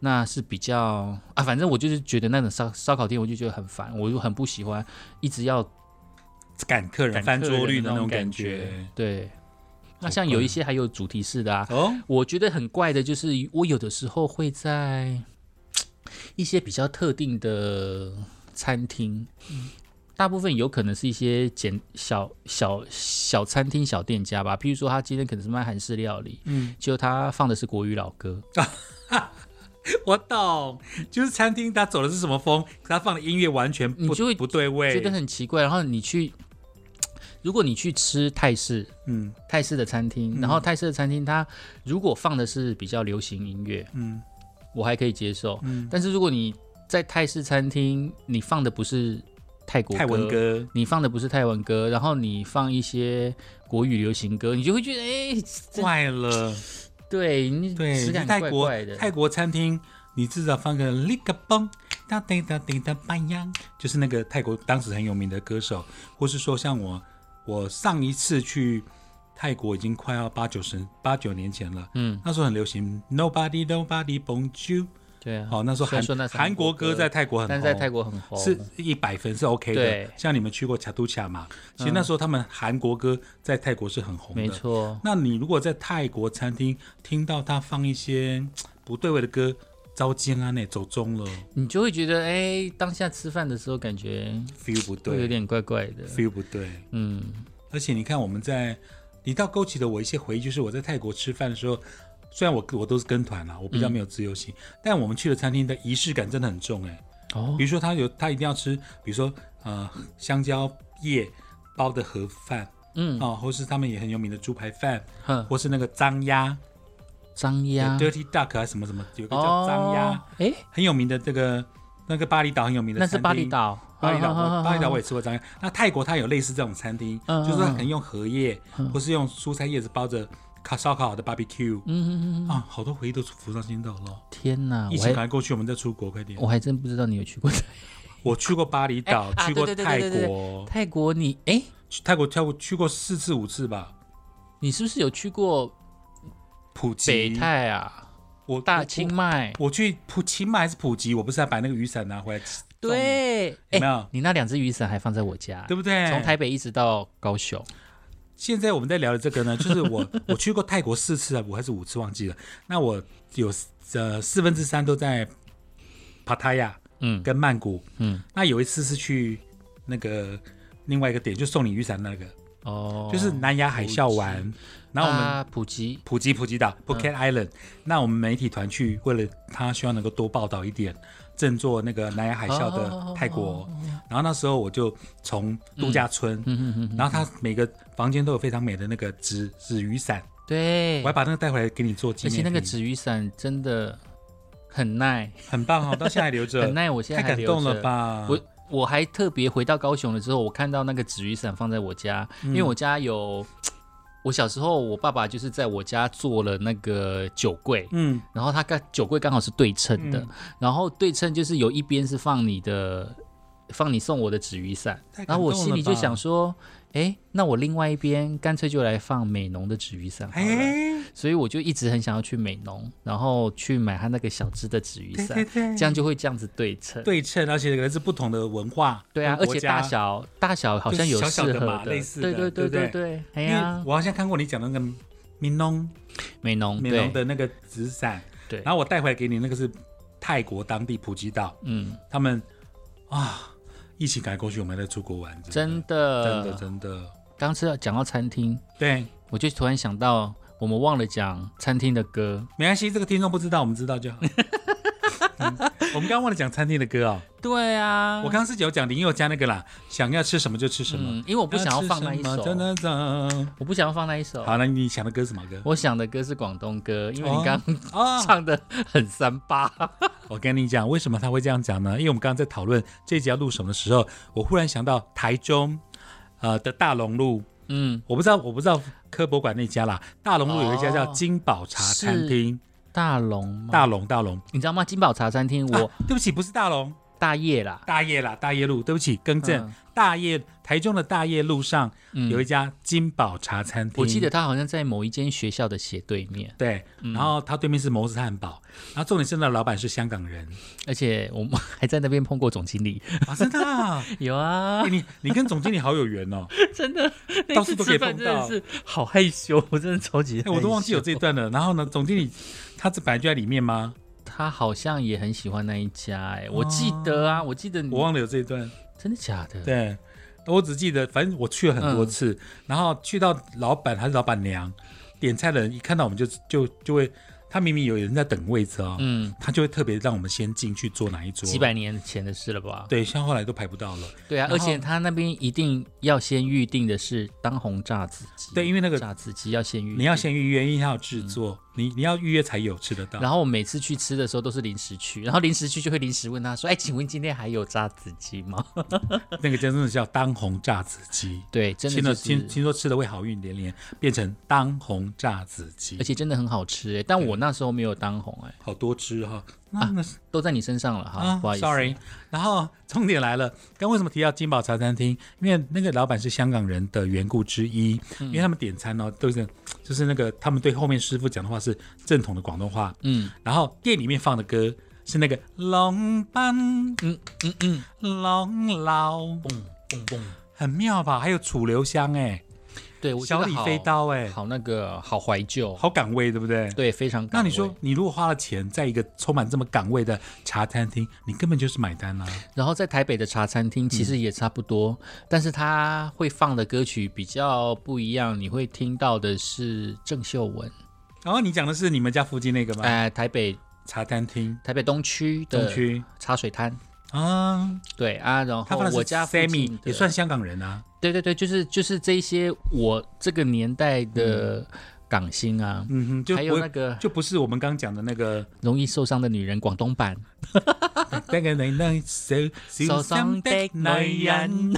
[SPEAKER 1] 那是比较啊，反正我就是觉得那种烧烧烤店，我就觉得很烦，我就很不喜欢，一直要
[SPEAKER 2] 赶客人
[SPEAKER 1] 赶
[SPEAKER 2] 翻
[SPEAKER 1] 客人
[SPEAKER 2] 桌率
[SPEAKER 1] 的
[SPEAKER 2] 那
[SPEAKER 1] 那
[SPEAKER 2] 种
[SPEAKER 1] 感
[SPEAKER 2] 感觉。
[SPEAKER 1] 对。那
[SPEAKER 2] 好
[SPEAKER 1] 像有
[SPEAKER 2] 怪
[SPEAKER 1] 一些还有主题式的啊，
[SPEAKER 2] 哦，
[SPEAKER 1] 我觉得很怪的就是，我有的时候会在一些比较特定的餐厅，大部分有可能是一些简小小小餐厅、小店家吧。譬如说，他今天可能是卖韩式料理，
[SPEAKER 2] 嗯，
[SPEAKER 1] 就他放的是国语老歌，
[SPEAKER 2] 我懂，就是餐厅它走的是什么风，它放的音乐完全
[SPEAKER 1] 你
[SPEAKER 2] 不
[SPEAKER 1] 就会
[SPEAKER 2] 不对位，
[SPEAKER 1] 觉得很奇怪。然后你去，如果你去吃泰式
[SPEAKER 2] 嗯
[SPEAKER 1] 泰式的餐厅，然后泰式的餐厅它如果放的是比较流行音乐，
[SPEAKER 2] 嗯
[SPEAKER 1] 我还可以接受。
[SPEAKER 2] 嗯，
[SPEAKER 1] 但是如果你在泰式餐厅，你放的不是泰国
[SPEAKER 2] 泰文，歌，
[SPEAKER 1] 你放的不是泰文歌，然后你放一些国语流行歌，你就会觉得哎、这
[SPEAKER 2] 怪了。
[SPEAKER 1] 对你
[SPEAKER 2] 对，
[SPEAKER 1] 质感
[SPEAKER 2] 泰
[SPEAKER 1] 怪
[SPEAKER 2] 国
[SPEAKER 1] 怪的。
[SPEAKER 2] 泰国餐厅，你至少放个 l i k a b o n 哒滴哒滴哒吧呀，就是那个泰国当时很有名的歌手，或是说像我，我上一次去泰国已经快要八九十八九年前了，
[SPEAKER 1] 嗯，
[SPEAKER 2] 那时候很流行 Nobody Nobody Bonjour，
[SPEAKER 1] 对啊。
[SPEAKER 2] 哦，那时候
[SPEAKER 1] 虽然
[SPEAKER 2] 韩
[SPEAKER 1] 说那是
[SPEAKER 2] 韩国
[SPEAKER 1] 歌
[SPEAKER 2] 歌在泰国很红，
[SPEAKER 1] 但是在泰国很红，
[SPEAKER 2] 是一百分是 OK 的
[SPEAKER 1] 对，嗯
[SPEAKER 2] 像你们去过卡都卡嘛，其实那时候他们韩国歌在泰国是很红的，
[SPEAKER 1] 没错。
[SPEAKER 2] 那你如果在泰国餐厅听到他放一些不对味的歌，糟煎啊，那走中了
[SPEAKER 1] 你就会觉得，哎、当下吃饭的时候感觉
[SPEAKER 2] ，feel 不
[SPEAKER 1] 会有
[SPEAKER 2] 对
[SPEAKER 1] 点怪怪的。
[SPEAKER 2] ，feel 不对。
[SPEAKER 1] 嗯，
[SPEAKER 2] 而且你看，我们在你到勾起的我一些回忆，就是我在泰国吃饭的时候，虽然我我都是跟团啊啦、我比较没有自由行，但我们去的餐厅的仪式感真的很重哎、
[SPEAKER 1] 哦
[SPEAKER 2] 比，如说他有他一定要吃，比如说呃香蕉叶包的盒饭
[SPEAKER 1] 嗯，
[SPEAKER 2] 哦，或是他们也很有名的猪排饭，
[SPEAKER 1] 哼，
[SPEAKER 2] 或是那个脏鸭
[SPEAKER 1] 张
[SPEAKER 2] 有
[SPEAKER 1] 鸭，
[SPEAKER 2] （dirty duck） 啊什么什么，有一个叫脏鸭，
[SPEAKER 1] 哦，哎、
[SPEAKER 2] 很有名的这个那个巴厘岛很有名的
[SPEAKER 1] 那
[SPEAKER 2] 餐
[SPEAKER 1] 是
[SPEAKER 2] 厅。
[SPEAKER 1] 巴厘岛，
[SPEAKER 2] 巴厘岛
[SPEAKER 1] 啊
[SPEAKER 2] 我，巴厘岛我也吃过章鱼。那泰国它有类似这种餐厅，
[SPEAKER 1] 嗯
[SPEAKER 2] 就是它可能用荷叶或是用蔬菜叶子包着烤烧烤好的 barbecue
[SPEAKER 1] 嗯嗯嗯，
[SPEAKER 2] 啊，好多回忆都浮上心头了。
[SPEAKER 1] 天哪，我
[SPEAKER 2] 疫情
[SPEAKER 1] 还
[SPEAKER 2] 赶快过去，我们再出国，快点！
[SPEAKER 1] 我还真不知道你有去过泰
[SPEAKER 2] 我去过巴厘岛
[SPEAKER 1] 哎，啊
[SPEAKER 2] 去过
[SPEAKER 1] 对对对
[SPEAKER 2] 泰
[SPEAKER 1] 对对对
[SPEAKER 2] 国，
[SPEAKER 1] 泰国你，哎、
[SPEAKER 2] 去泰国跳过去过四次五次吧。
[SPEAKER 1] 你是不是有去过
[SPEAKER 2] 普吉，
[SPEAKER 1] 北泰啊？
[SPEAKER 2] 我
[SPEAKER 1] 大清，迈？
[SPEAKER 2] 我我去普清迈还是普吉？我不是还把那个雨伞拿
[SPEAKER 1] 哎
[SPEAKER 2] 回来，
[SPEAKER 1] 对，
[SPEAKER 2] 有
[SPEAKER 1] 哎、
[SPEAKER 2] 没有？
[SPEAKER 1] 你那两只雨伞还放在我家，
[SPEAKER 2] 对不对？
[SPEAKER 1] 从台北一直到高雄。
[SPEAKER 2] 现在我们在聊的 这个呢，就是我我去过泰国四次啊，我还是五次忘记了。那我有呃四分之三都在帕塔亚
[SPEAKER 1] 嗯
[SPEAKER 2] 跟曼谷，
[SPEAKER 1] 嗯，
[SPEAKER 2] 那有一次是去那个另外一个点，就送你雨伞那个，
[SPEAKER 1] 哦，
[SPEAKER 2] 就是南亚海啸完，然后我们
[SPEAKER 1] 啊、普及，
[SPEAKER 2] 普吉普吉
[SPEAKER 1] 嗯
[SPEAKER 2] 岛 Phuket Island，、那我们媒体团去，为了他希望能够多报道一点，振作那个南亚海啸的泰
[SPEAKER 1] 哦
[SPEAKER 2] 国。然后那时候我就从度假
[SPEAKER 1] 嗯
[SPEAKER 2] 村，然后他每个房间都有非常美的那个纸纸雨伞，
[SPEAKER 1] 对
[SPEAKER 2] 我还，把那个带回来给你做纪
[SPEAKER 1] 而
[SPEAKER 2] 念
[SPEAKER 1] 且
[SPEAKER 2] 品。
[SPEAKER 1] 那个纸雨伞真的很耐，
[SPEAKER 2] 很 棒哦，到现在还留着，
[SPEAKER 1] 很耐，我现在
[SPEAKER 2] 太
[SPEAKER 1] 还
[SPEAKER 2] 感
[SPEAKER 1] 留
[SPEAKER 2] 动了
[SPEAKER 1] 着？
[SPEAKER 2] 吧？
[SPEAKER 1] 我我还特别回到高雄了之后，我看到那个纸雨伞放在我家，因为我家有。我小时候，我爸爸就是在我家做了那个酒柜，
[SPEAKER 2] 嗯，
[SPEAKER 1] 然后它刚酒柜刚好是对称的，
[SPEAKER 2] 嗯
[SPEAKER 1] 然后对称就是有一边是放你的，放你送我的纸雨伞，
[SPEAKER 2] 太感
[SPEAKER 1] 然后我心里就想
[SPEAKER 2] 说，
[SPEAKER 1] 说，哎，那我另外一边干脆就来放美浓的纸雨伞好了，
[SPEAKER 2] 哎，
[SPEAKER 1] 所以我就一直很想要去美浓，然后去买它那个小只的纸雨
[SPEAKER 2] 对
[SPEAKER 1] 伞，
[SPEAKER 2] 对对，
[SPEAKER 1] 这样就会这样子对称。
[SPEAKER 2] 对称，而且来自不同的文化，
[SPEAKER 1] 对啊，而
[SPEAKER 2] 跟国
[SPEAKER 1] 且
[SPEAKER 2] 家
[SPEAKER 1] 大小大小好像有
[SPEAKER 2] 就是
[SPEAKER 1] 适
[SPEAKER 2] 小
[SPEAKER 1] 合
[SPEAKER 2] 小的嘛类似的
[SPEAKER 1] 对对
[SPEAKER 2] 对
[SPEAKER 1] 对
[SPEAKER 2] 不
[SPEAKER 1] 对，哎
[SPEAKER 2] 因为
[SPEAKER 1] 呀，
[SPEAKER 2] 我好像看过你讲的那个明农
[SPEAKER 1] 美浓
[SPEAKER 2] 美容
[SPEAKER 1] 对
[SPEAKER 2] 的那个纸伞，
[SPEAKER 1] 对
[SPEAKER 2] 然后我带回来给你那个是泰国当地普吉岛，
[SPEAKER 1] 嗯，
[SPEAKER 2] 他们啊，疫情赶过去，我们还在出国玩，
[SPEAKER 1] 真
[SPEAKER 2] 真
[SPEAKER 1] 的
[SPEAKER 2] 的真的，
[SPEAKER 1] 刚吃到讲到餐厅，
[SPEAKER 2] 对，
[SPEAKER 1] 我就突然想到我们忘了讲餐厅的歌，
[SPEAKER 2] 没关系，这个听众不知道，我们知 道就好。嗯我们刚刚忘了讲餐厅的歌哦，
[SPEAKER 1] 对啊
[SPEAKER 2] 我刚刚是有讲林宥嘉那个啦，想要吃什么就吃什么，
[SPEAKER 1] 嗯，因为我不想要放那一
[SPEAKER 2] 要吃什么就
[SPEAKER 1] 首，
[SPEAKER 2] 那种。
[SPEAKER 1] 我不想要放那一首，
[SPEAKER 2] 好，那你想的歌是什么歌？
[SPEAKER 1] 我想的歌是广东歌，因为
[SPEAKER 2] 哦
[SPEAKER 1] 你刚刚
[SPEAKER 2] 啊，
[SPEAKER 1] 唱的很三八，
[SPEAKER 2] 我跟你讲，为什么他会这样讲呢？因为我们刚刚在讨论这一集要录什么的时候，我忽然想到台中，呃的大龙路，
[SPEAKER 1] 嗯，
[SPEAKER 2] 我不知道我不知道科博馆那家啦，大龙路有一家叫
[SPEAKER 1] 哦
[SPEAKER 2] 金宝茶餐厅，
[SPEAKER 1] 大龙吗
[SPEAKER 2] 大龙大龙，
[SPEAKER 1] 你知道吗？金宝茶餐厅，我
[SPEAKER 2] 啊对不起不是大龙，
[SPEAKER 1] 大业啦，
[SPEAKER 2] 大业啦大业路，对不起更正，
[SPEAKER 1] 嗯
[SPEAKER 2] 大业台中的大业路上
[SPEAKER 1] 嗯
[SPEAKER 2] 有一家金宝茶餐厅，
[SPEAKER 1] 我记得嗯他好像在某一间学校的斜对面，
[SPEAKER 2] 对，然后它对面是摩斯汉堡，然后重点是那老板是香 港人
[SPEAKER 1] 而且我们 还在那边碰过总经理。
[SPEAKER 2] 啊，真的啊、
[SPEAKER 1] 有啊
[SPEAKER 2] 哎，你你跟总经理好有缘哦。
[SPEAKER 1] 真的，
[SPEAKER 2] 到
[SPEAKER 1] 那
[SPEAKER 2] 处
[SPEAKER 1] 次
[SPEAKER 2] 都可
[SPEAKER 1] 吃
[SPEAKER 2] 以
[SPEAKER 1] 饭
[SPEAKER 2] 碰
[SPEAKER 1] 真的
[SPEAKER 2] 到
[SPEAKER 1] 是好害羞，我真的超级害
[SPEAKER 2] 哎、
[SPEAKER 1] 羞。
[SPEAKER 2] 我都忘记有这一段了。然后呢，总经理他这本来就在里面吗？
[SPEAKER 1] 他好像也很喜欢那一家、哎，我记得啊，我记得你
[SPEAKER 2] 哦我忘了有这一段。
[SPEAKER 1] 真的假的？嗯
[SPEAKER 2] 对，我只记得，反正我去了很多次。然后去到老板还是老板娘，点菜的人一看到我们就就就会，他明明有人在等位置哦，
[SPEAKER 1] 嗯，
[SPEAKER 2] 他就会特别让我们先进去坐哪一桌。
[SPEAKER 1] 几百年前的事了吧？
[SPEAKER 2] 对，像后来都排不到了。
[SPEAKER 1] 对啊，
[SPEAKER 2] 然后
[SPEAKER 1] 而且他那边一定要先预定的是当红炸子鸡，
[SPEAKER 2] 对，因为那个
[SPEAKER 1] 炸子鸡要先预定，
[SPEAKER 2] 你要。先预约，因为它有制作，你你要预约才有吃得到。
[SPEAKER 1] 嗯然后我每次去吃的时候都是临时去，然后临时去就会临时问他说：“哎，请问今天还有炸子鸡吗。
[SPEAKER 2] 那个真的是叫当红炸子鸡？”
[SPEAKER 1] 对，真的
[SPEAKER 2] 听了
[SPEAKER 1] 就
[SPEAKER 2] 听
[SPEAKER 1] 是，
[SPEAKER 2] 听说吃的会好运连连，变成当红炸子鸡
[SPEAKER 1] 而，且真的很好吃哎、但我那时候没有当红哎、
[SPEAKER 2] 好多汁哈、那
[SPEAKER 1] 啊
[SPEAKER 2] 那是
[SPEAKER 1] 都在你身上了哈，
[SPEAKER 2] 啊
[SPEAKER 1] 不好意思。
[SPEAKER 2] ，sorry。然后重点来了，刚为什么提到金宝茶餐厅？因为那个老板是香港人的缘故之一，
[SPEAKER 1] 嗯
[SPEAKER 2] 因为他们点餐哦都是就是那个他们对后面师傅讲的话是正统的广东话，
[SPEAKER 1] 嗯
[SPEAKER 2] 然后店里面放的歌是那个龙班
[SPEAKER 1] 嗯嗯嗯，
[SPEAKER 2] 龙老，
[SPEAKER 1] 嘣嘣嘣，
[SPEAKER 2] 很妙吧？还有楚留香哎、
[SPEAKER 1] 对，我觉
[SPEAKER 2] 小
[SPEAKER 1] 得
[SPEAKER 2] 李
[SPEAKER 1] 好
[SPEAKER 2] 飞刀哎、
[SPEAKER 1] 好那个好怀旧，
[SPEAKER 2] 好岗位，对不对？
[SPEAKER 1] 对，非常。
[SPEAKER 2] 那你说，，你如果花了钱在一个充满这么岗位的茶餐厅，你根本就是买单啊啦、
[SPEAKER 1] 然后在台北的茶餐厅
[SPEAKER 2] 嗯
[SPEAKER 1] 其实也差不多，但是他会放的歌曲比较不一样，你会听到的是郑秀文，
[SPEAKER 2] 然哦后你讲的是你们家附近那个吗？
[SPEAKER 1] 哎、台北
[SPEAKER 2] 茶餐厅
[SPEAKER 1] 台北东区
[SPEAKER 2] 中
[SPEAKER 1] 的
[SPEAKER 2] 区
[SPEAKER 1] 茶水滩，
[SPEAKER 2] 啊，
[SPEAKER 1] 对啊，然
[SPEAKER 2] 他
[SPEAKER 1] 后
[SPEAKER 2] 放的是
[SPEAKER 1] 我家附
[SPEAKER 2] Sammy
[SPEAKER 1] 近的
[SPEAKER 2] 也算香港人啊，
[SPEAKER 1] 对对对，就是就是这一些我这个年代的港星啊，
[SPEAKER 2] 嗯哼，就
[SPEAKER 1] 还有那
[SPEAKER 2] 不
[SPEAKER 1] 个
[SPEAKER 2] 就不是我们刚讲的那个
[SPEAKER 1] 容易受伤的女人广东 版，
[SPEAKER 2] 那个那那小小心的女人，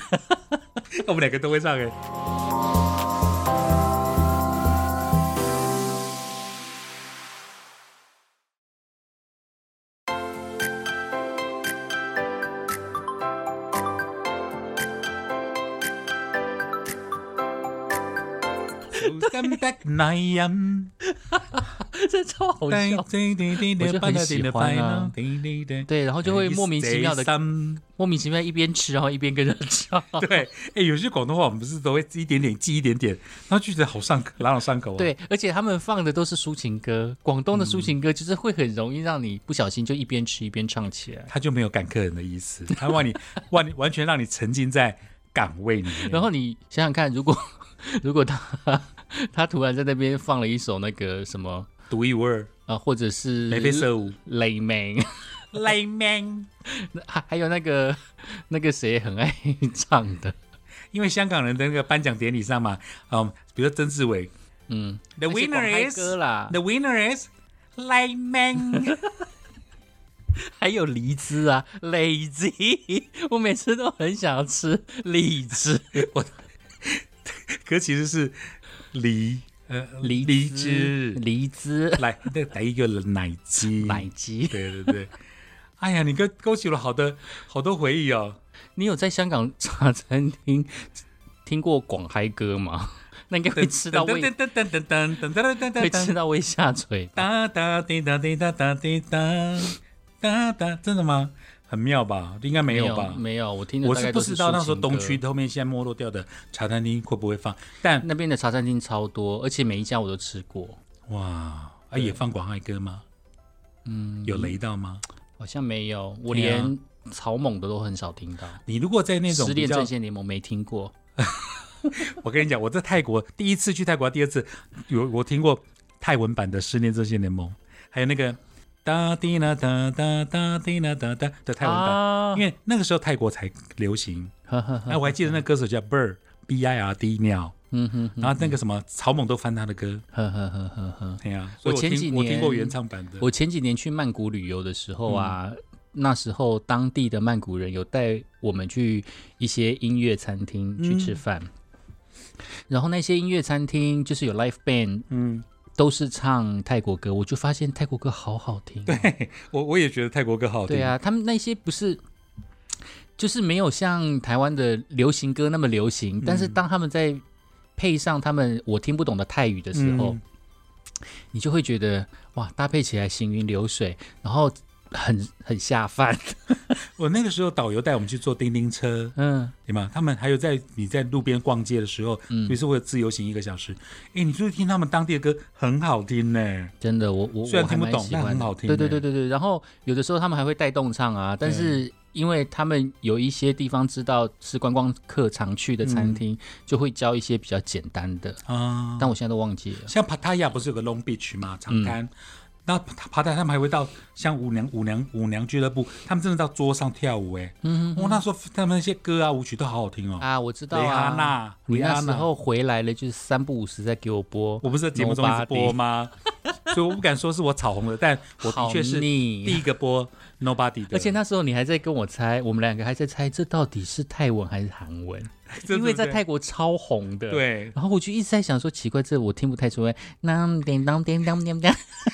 [SPEAKER 2] 我们两个都会唱哎、小心的女人。
[SPEAKER 1] 这超好
[SPEAKER 2] 对
[SPEAKER 1] 笑。
[SPEAKER 2] 对对对
[SPEAKER 1] 我就很喜欢啊对，然后
[SPEAKER 2] 哎
[SPEAKER 1] 就会莫名其妙的莫名其妙一边吃，然后一边跟着唱。
[SPEAKER 2] 对，哎，有些广东话我们不是都会记一点点，记一点点，然后就觉得好上口，朗朗上口、啊。，
[SPEAKER 1] 对，而且他们放的都是抒情歌，广东的抒情歌就是会很容易让你不小心就一边吃一边唱起来。
[SPEAKER 2] 他就没有赶客人的意思，他让你完完全让你沉浸在岗位里面。
[SPEAKER 1] 然后你想想看，如果 如果他 他突然在那边放了一首那个什么
[SPEAKER 2] 独一无二，
[SPEAKER 1] 啊、呃或者是
[SPEAKER 2] 眉飞色舞，
[SPEAKER 1] 雷鸣，
[SPEAKER 2] 雷鸣。
[SPEAKER 1] 还还有那个那个谁也很爱唱的，
[SPEAKER 2] 因为香港人的那个颁奖典礼上嘛，嗯，比如说曾志伟
[SPEAKER 1] 嗯，
[SPEAKER 2] ，The
[SPEAKER 1] 那些广
[SPEAKER 2] winner
[SPEAKER 1] 嗨
[SPEAKER 2] is
[SPEAKER 1] 歌啦，
[SPEAKER 2] the winner is 雷鸣。
[SPEAKER 1] 还有梨子啊， 李子，我每次都很想吃李子，
[SPEAKER 2] 可其实是梨，呃，
[SPEAKER 1] 梨
[SPEAKER 2] 梨汁，
[SPEAKER 1] 梨子，
[SPEAKER 2] 来，再来一个奶鸡，
[SPEAKER 1] 奶鸡。
[SPEAKER 2] 对对对。哎呀，你勾勾起了好多好多回忆哦。
[SPEAKER 1] 你有在香港 茶餐厅 听过广嗨歌吗？ 那应该会吃到胃，
[SPEAKER 2] 噔噔噔噔噔噔噔噔
[SPEAKER 1] 会
[SPEAKER 2] 噔
[SPEAKER 1] 吃
[SPEAKER 2] 噔，
[SPEAKER 1] 到胃下垂。
[SPEAKER 2] 哒哒滴哒滴哒哒滴哒哒哒，真的吗？很妙吧？应该没有吧？
[SPEAKER 1] 没有，我听的
[SPEAKER 2] 我
[SPEAKER 1] 大概
[SPEAKER 2] 是
[SPEAKER 1] 都
[SPEAKER 2] 不
[SPEAKER 1] 是
[SPEAKER 2] 知道那
[SPEAKER 1] 抒
[SPEAKER 2] 时候
[SPEAKER 1] 情
[SPEAKER 2] 东
[SPEAKER 1] 歌
[SPEAKER 2] 区后面现在没落掉的茶餐厅会不会放，但
[SPEAKER 1] 那边的茶餐厅超多，而且每一家我都吃过，
[SPEAKER 2] 哇，啊也放广爱歌吗？嗯，有雷到吗？
[SPEAKER 1] 好像没有，我
[SPEAKER 2] 对啊
[SPEAKER 1] 连草蜢的都很少听到。
[SPEAKER 2] 你如果在那种
[SPEAKER 1] 失
[SPEAKER 2] 比
[SPEAKER 1] 恋
[SPEAKER 2] 较
[SPEAKER 1] 阵线联盟没听过，
[SPEAKER 2] 我跟你讲，我在泰国第一次去泰国，第二次有我听过泰文版的《失恋阵线联盟》，还有那个哒滴啦哒哒哒滴啦哒哒的泰文版，
[SPEAKER 1] 啊
[SPEAKER 2] 因为那个时候泰国才流行。
[SPEAKER 1] 呵呵呵
[SPEAKER 2] 哎、我还记得那歌手叫 Bird B I R D 鸟，
[SPEAKER 1] 嗯哼哼
[SPEAKER 2] 然后那个什么草蜢都翻他的歌，
[SPEAKER 1] 呵呵呵呵呵。
[SPEAKER 2] 哎呀、所以
[SPEAKER 1] 我前
[SPEAKER 2] 听
[SPEAKER 1] 几
[SPEAKER 2] 我听
[SPEAKER 1] 年
[SPEAKER 2] 过原唱版的，
[SPEAKER 1] 我前几年去曼谷旅游的时候啊，那时候当地的曼谷人有带我们去一些音乐餐厅去吃饭，然后那些音乐餐厅就是有 live band，
[SPEAKER 2] 嗯，
[SPEAKER 1] 都是唱泰国歌，我就发现泰国歌好好听哦、
[SPEAKER 2] 我我也觉得泰国歌好听，
[SPEAKER 1] 对，啊，他们那些不是。就是没有像台湾的流行歌那么流行，但是当他们在配上他们我听不懂的泰语的时候，
[SPEAKER 2] 嗯
[SPEAKER 1] 你就会觉得哇，搭配起来行云流水，然后很很下 饭。
[SPEAKER 2] 我那个时候导游带我们去坐叮叮车，
[SPEAKER 1] 嗯，
[SPEAKER 2] 对吗？他们还有在你在路边逛街的时候，
[SPEAKER 1] 嗯
[SPEAKER 2] 比如说我有自由行一个小时，哎，你就听他们当地的歌很好听呢。
[SPEAKER 1] 真的，我我
[SPEAKER 2] 虽然
[SPEAKER 1] 我还
[SPEAKER 2] 听不
[SPEAKER 1] 蛮
[SPEAKER 2] 懂
[SPEAKER 1] 喜
[SPEAKER 2] 但
[SPEAKER 1] 欢
[SPEAKER 2] 很
[SPEAKER 1] 的
[SPEAKER 2] 好听
[SPEAKER 1] 对对
[SPEAKER 2] 欸
[SPEAKER 1] 对对对。然后有的时候他们还会带动唱啊，但
[SPEAKER 2] 对
[SPEAKER 1] 是因为他们有一些地方知道是观光客常去的餐
[SPEAKER 2] 嗯
[SPEAKER 1] 厅，就会教一些比较简单的，
[SPEAKER 2] 啊，
[SPEAKER 1] 但我现在都忘记了。
[SPEAKER 2] 像帕塔亚不是有个 Long Beach 吗？
[SPEAKER 1] 嗯
[SPEAKER 2] 长滩。那帕塔亚他们还会到像舞娘舞娘舞娘俱乐部，他们真的到桌上跳舞哎、
[SPEAKER 1] 嗯
[SPEAKER 2] 哇、那时候他们那些歌啊舞曲都好好听哦。
[SPEAKER 1] 啊，我知道
[SPEAKER 2] 蕾哈
[SPEAKER 1] 啊。
[SPEAKER 2] 娜，
[SPEAKER 1] 你
[SPEAKER 2] 蕾哈
[SPEAKER 1] 那时
[SPEAKER 2] 娜，
[SPEAKER 1] 候回来了，就是三不五时在给我播，
[SPEAKER 2] 我不是在节目中一直
[SPEAKER 1] Nobody
[SPEAKER 2] 播吗？所以我不敢说是我炒红了，但我的
[SPEAKER 1] 好
[SPEAKER 2] 确是第
[SPEAKER 1] 腻。啊
[SPEAKER 2] 一个播 Nobody 的，
[SPEAKER 1] 而且那时候你还在跟我猜，我们两个还在猜这到底是泰文还是韩文，
[SPEAKER 2] 真的
[SPEAKER 1] 因为在
[SPEAKER 2] 对
[SPEAKER 1] 泰国超红的。。
[SPEAKER 2] 对，
[SPEAKER 1] 然后我就一直在想说，奇怪，这我听不太出 来，当叮当叮当叮当，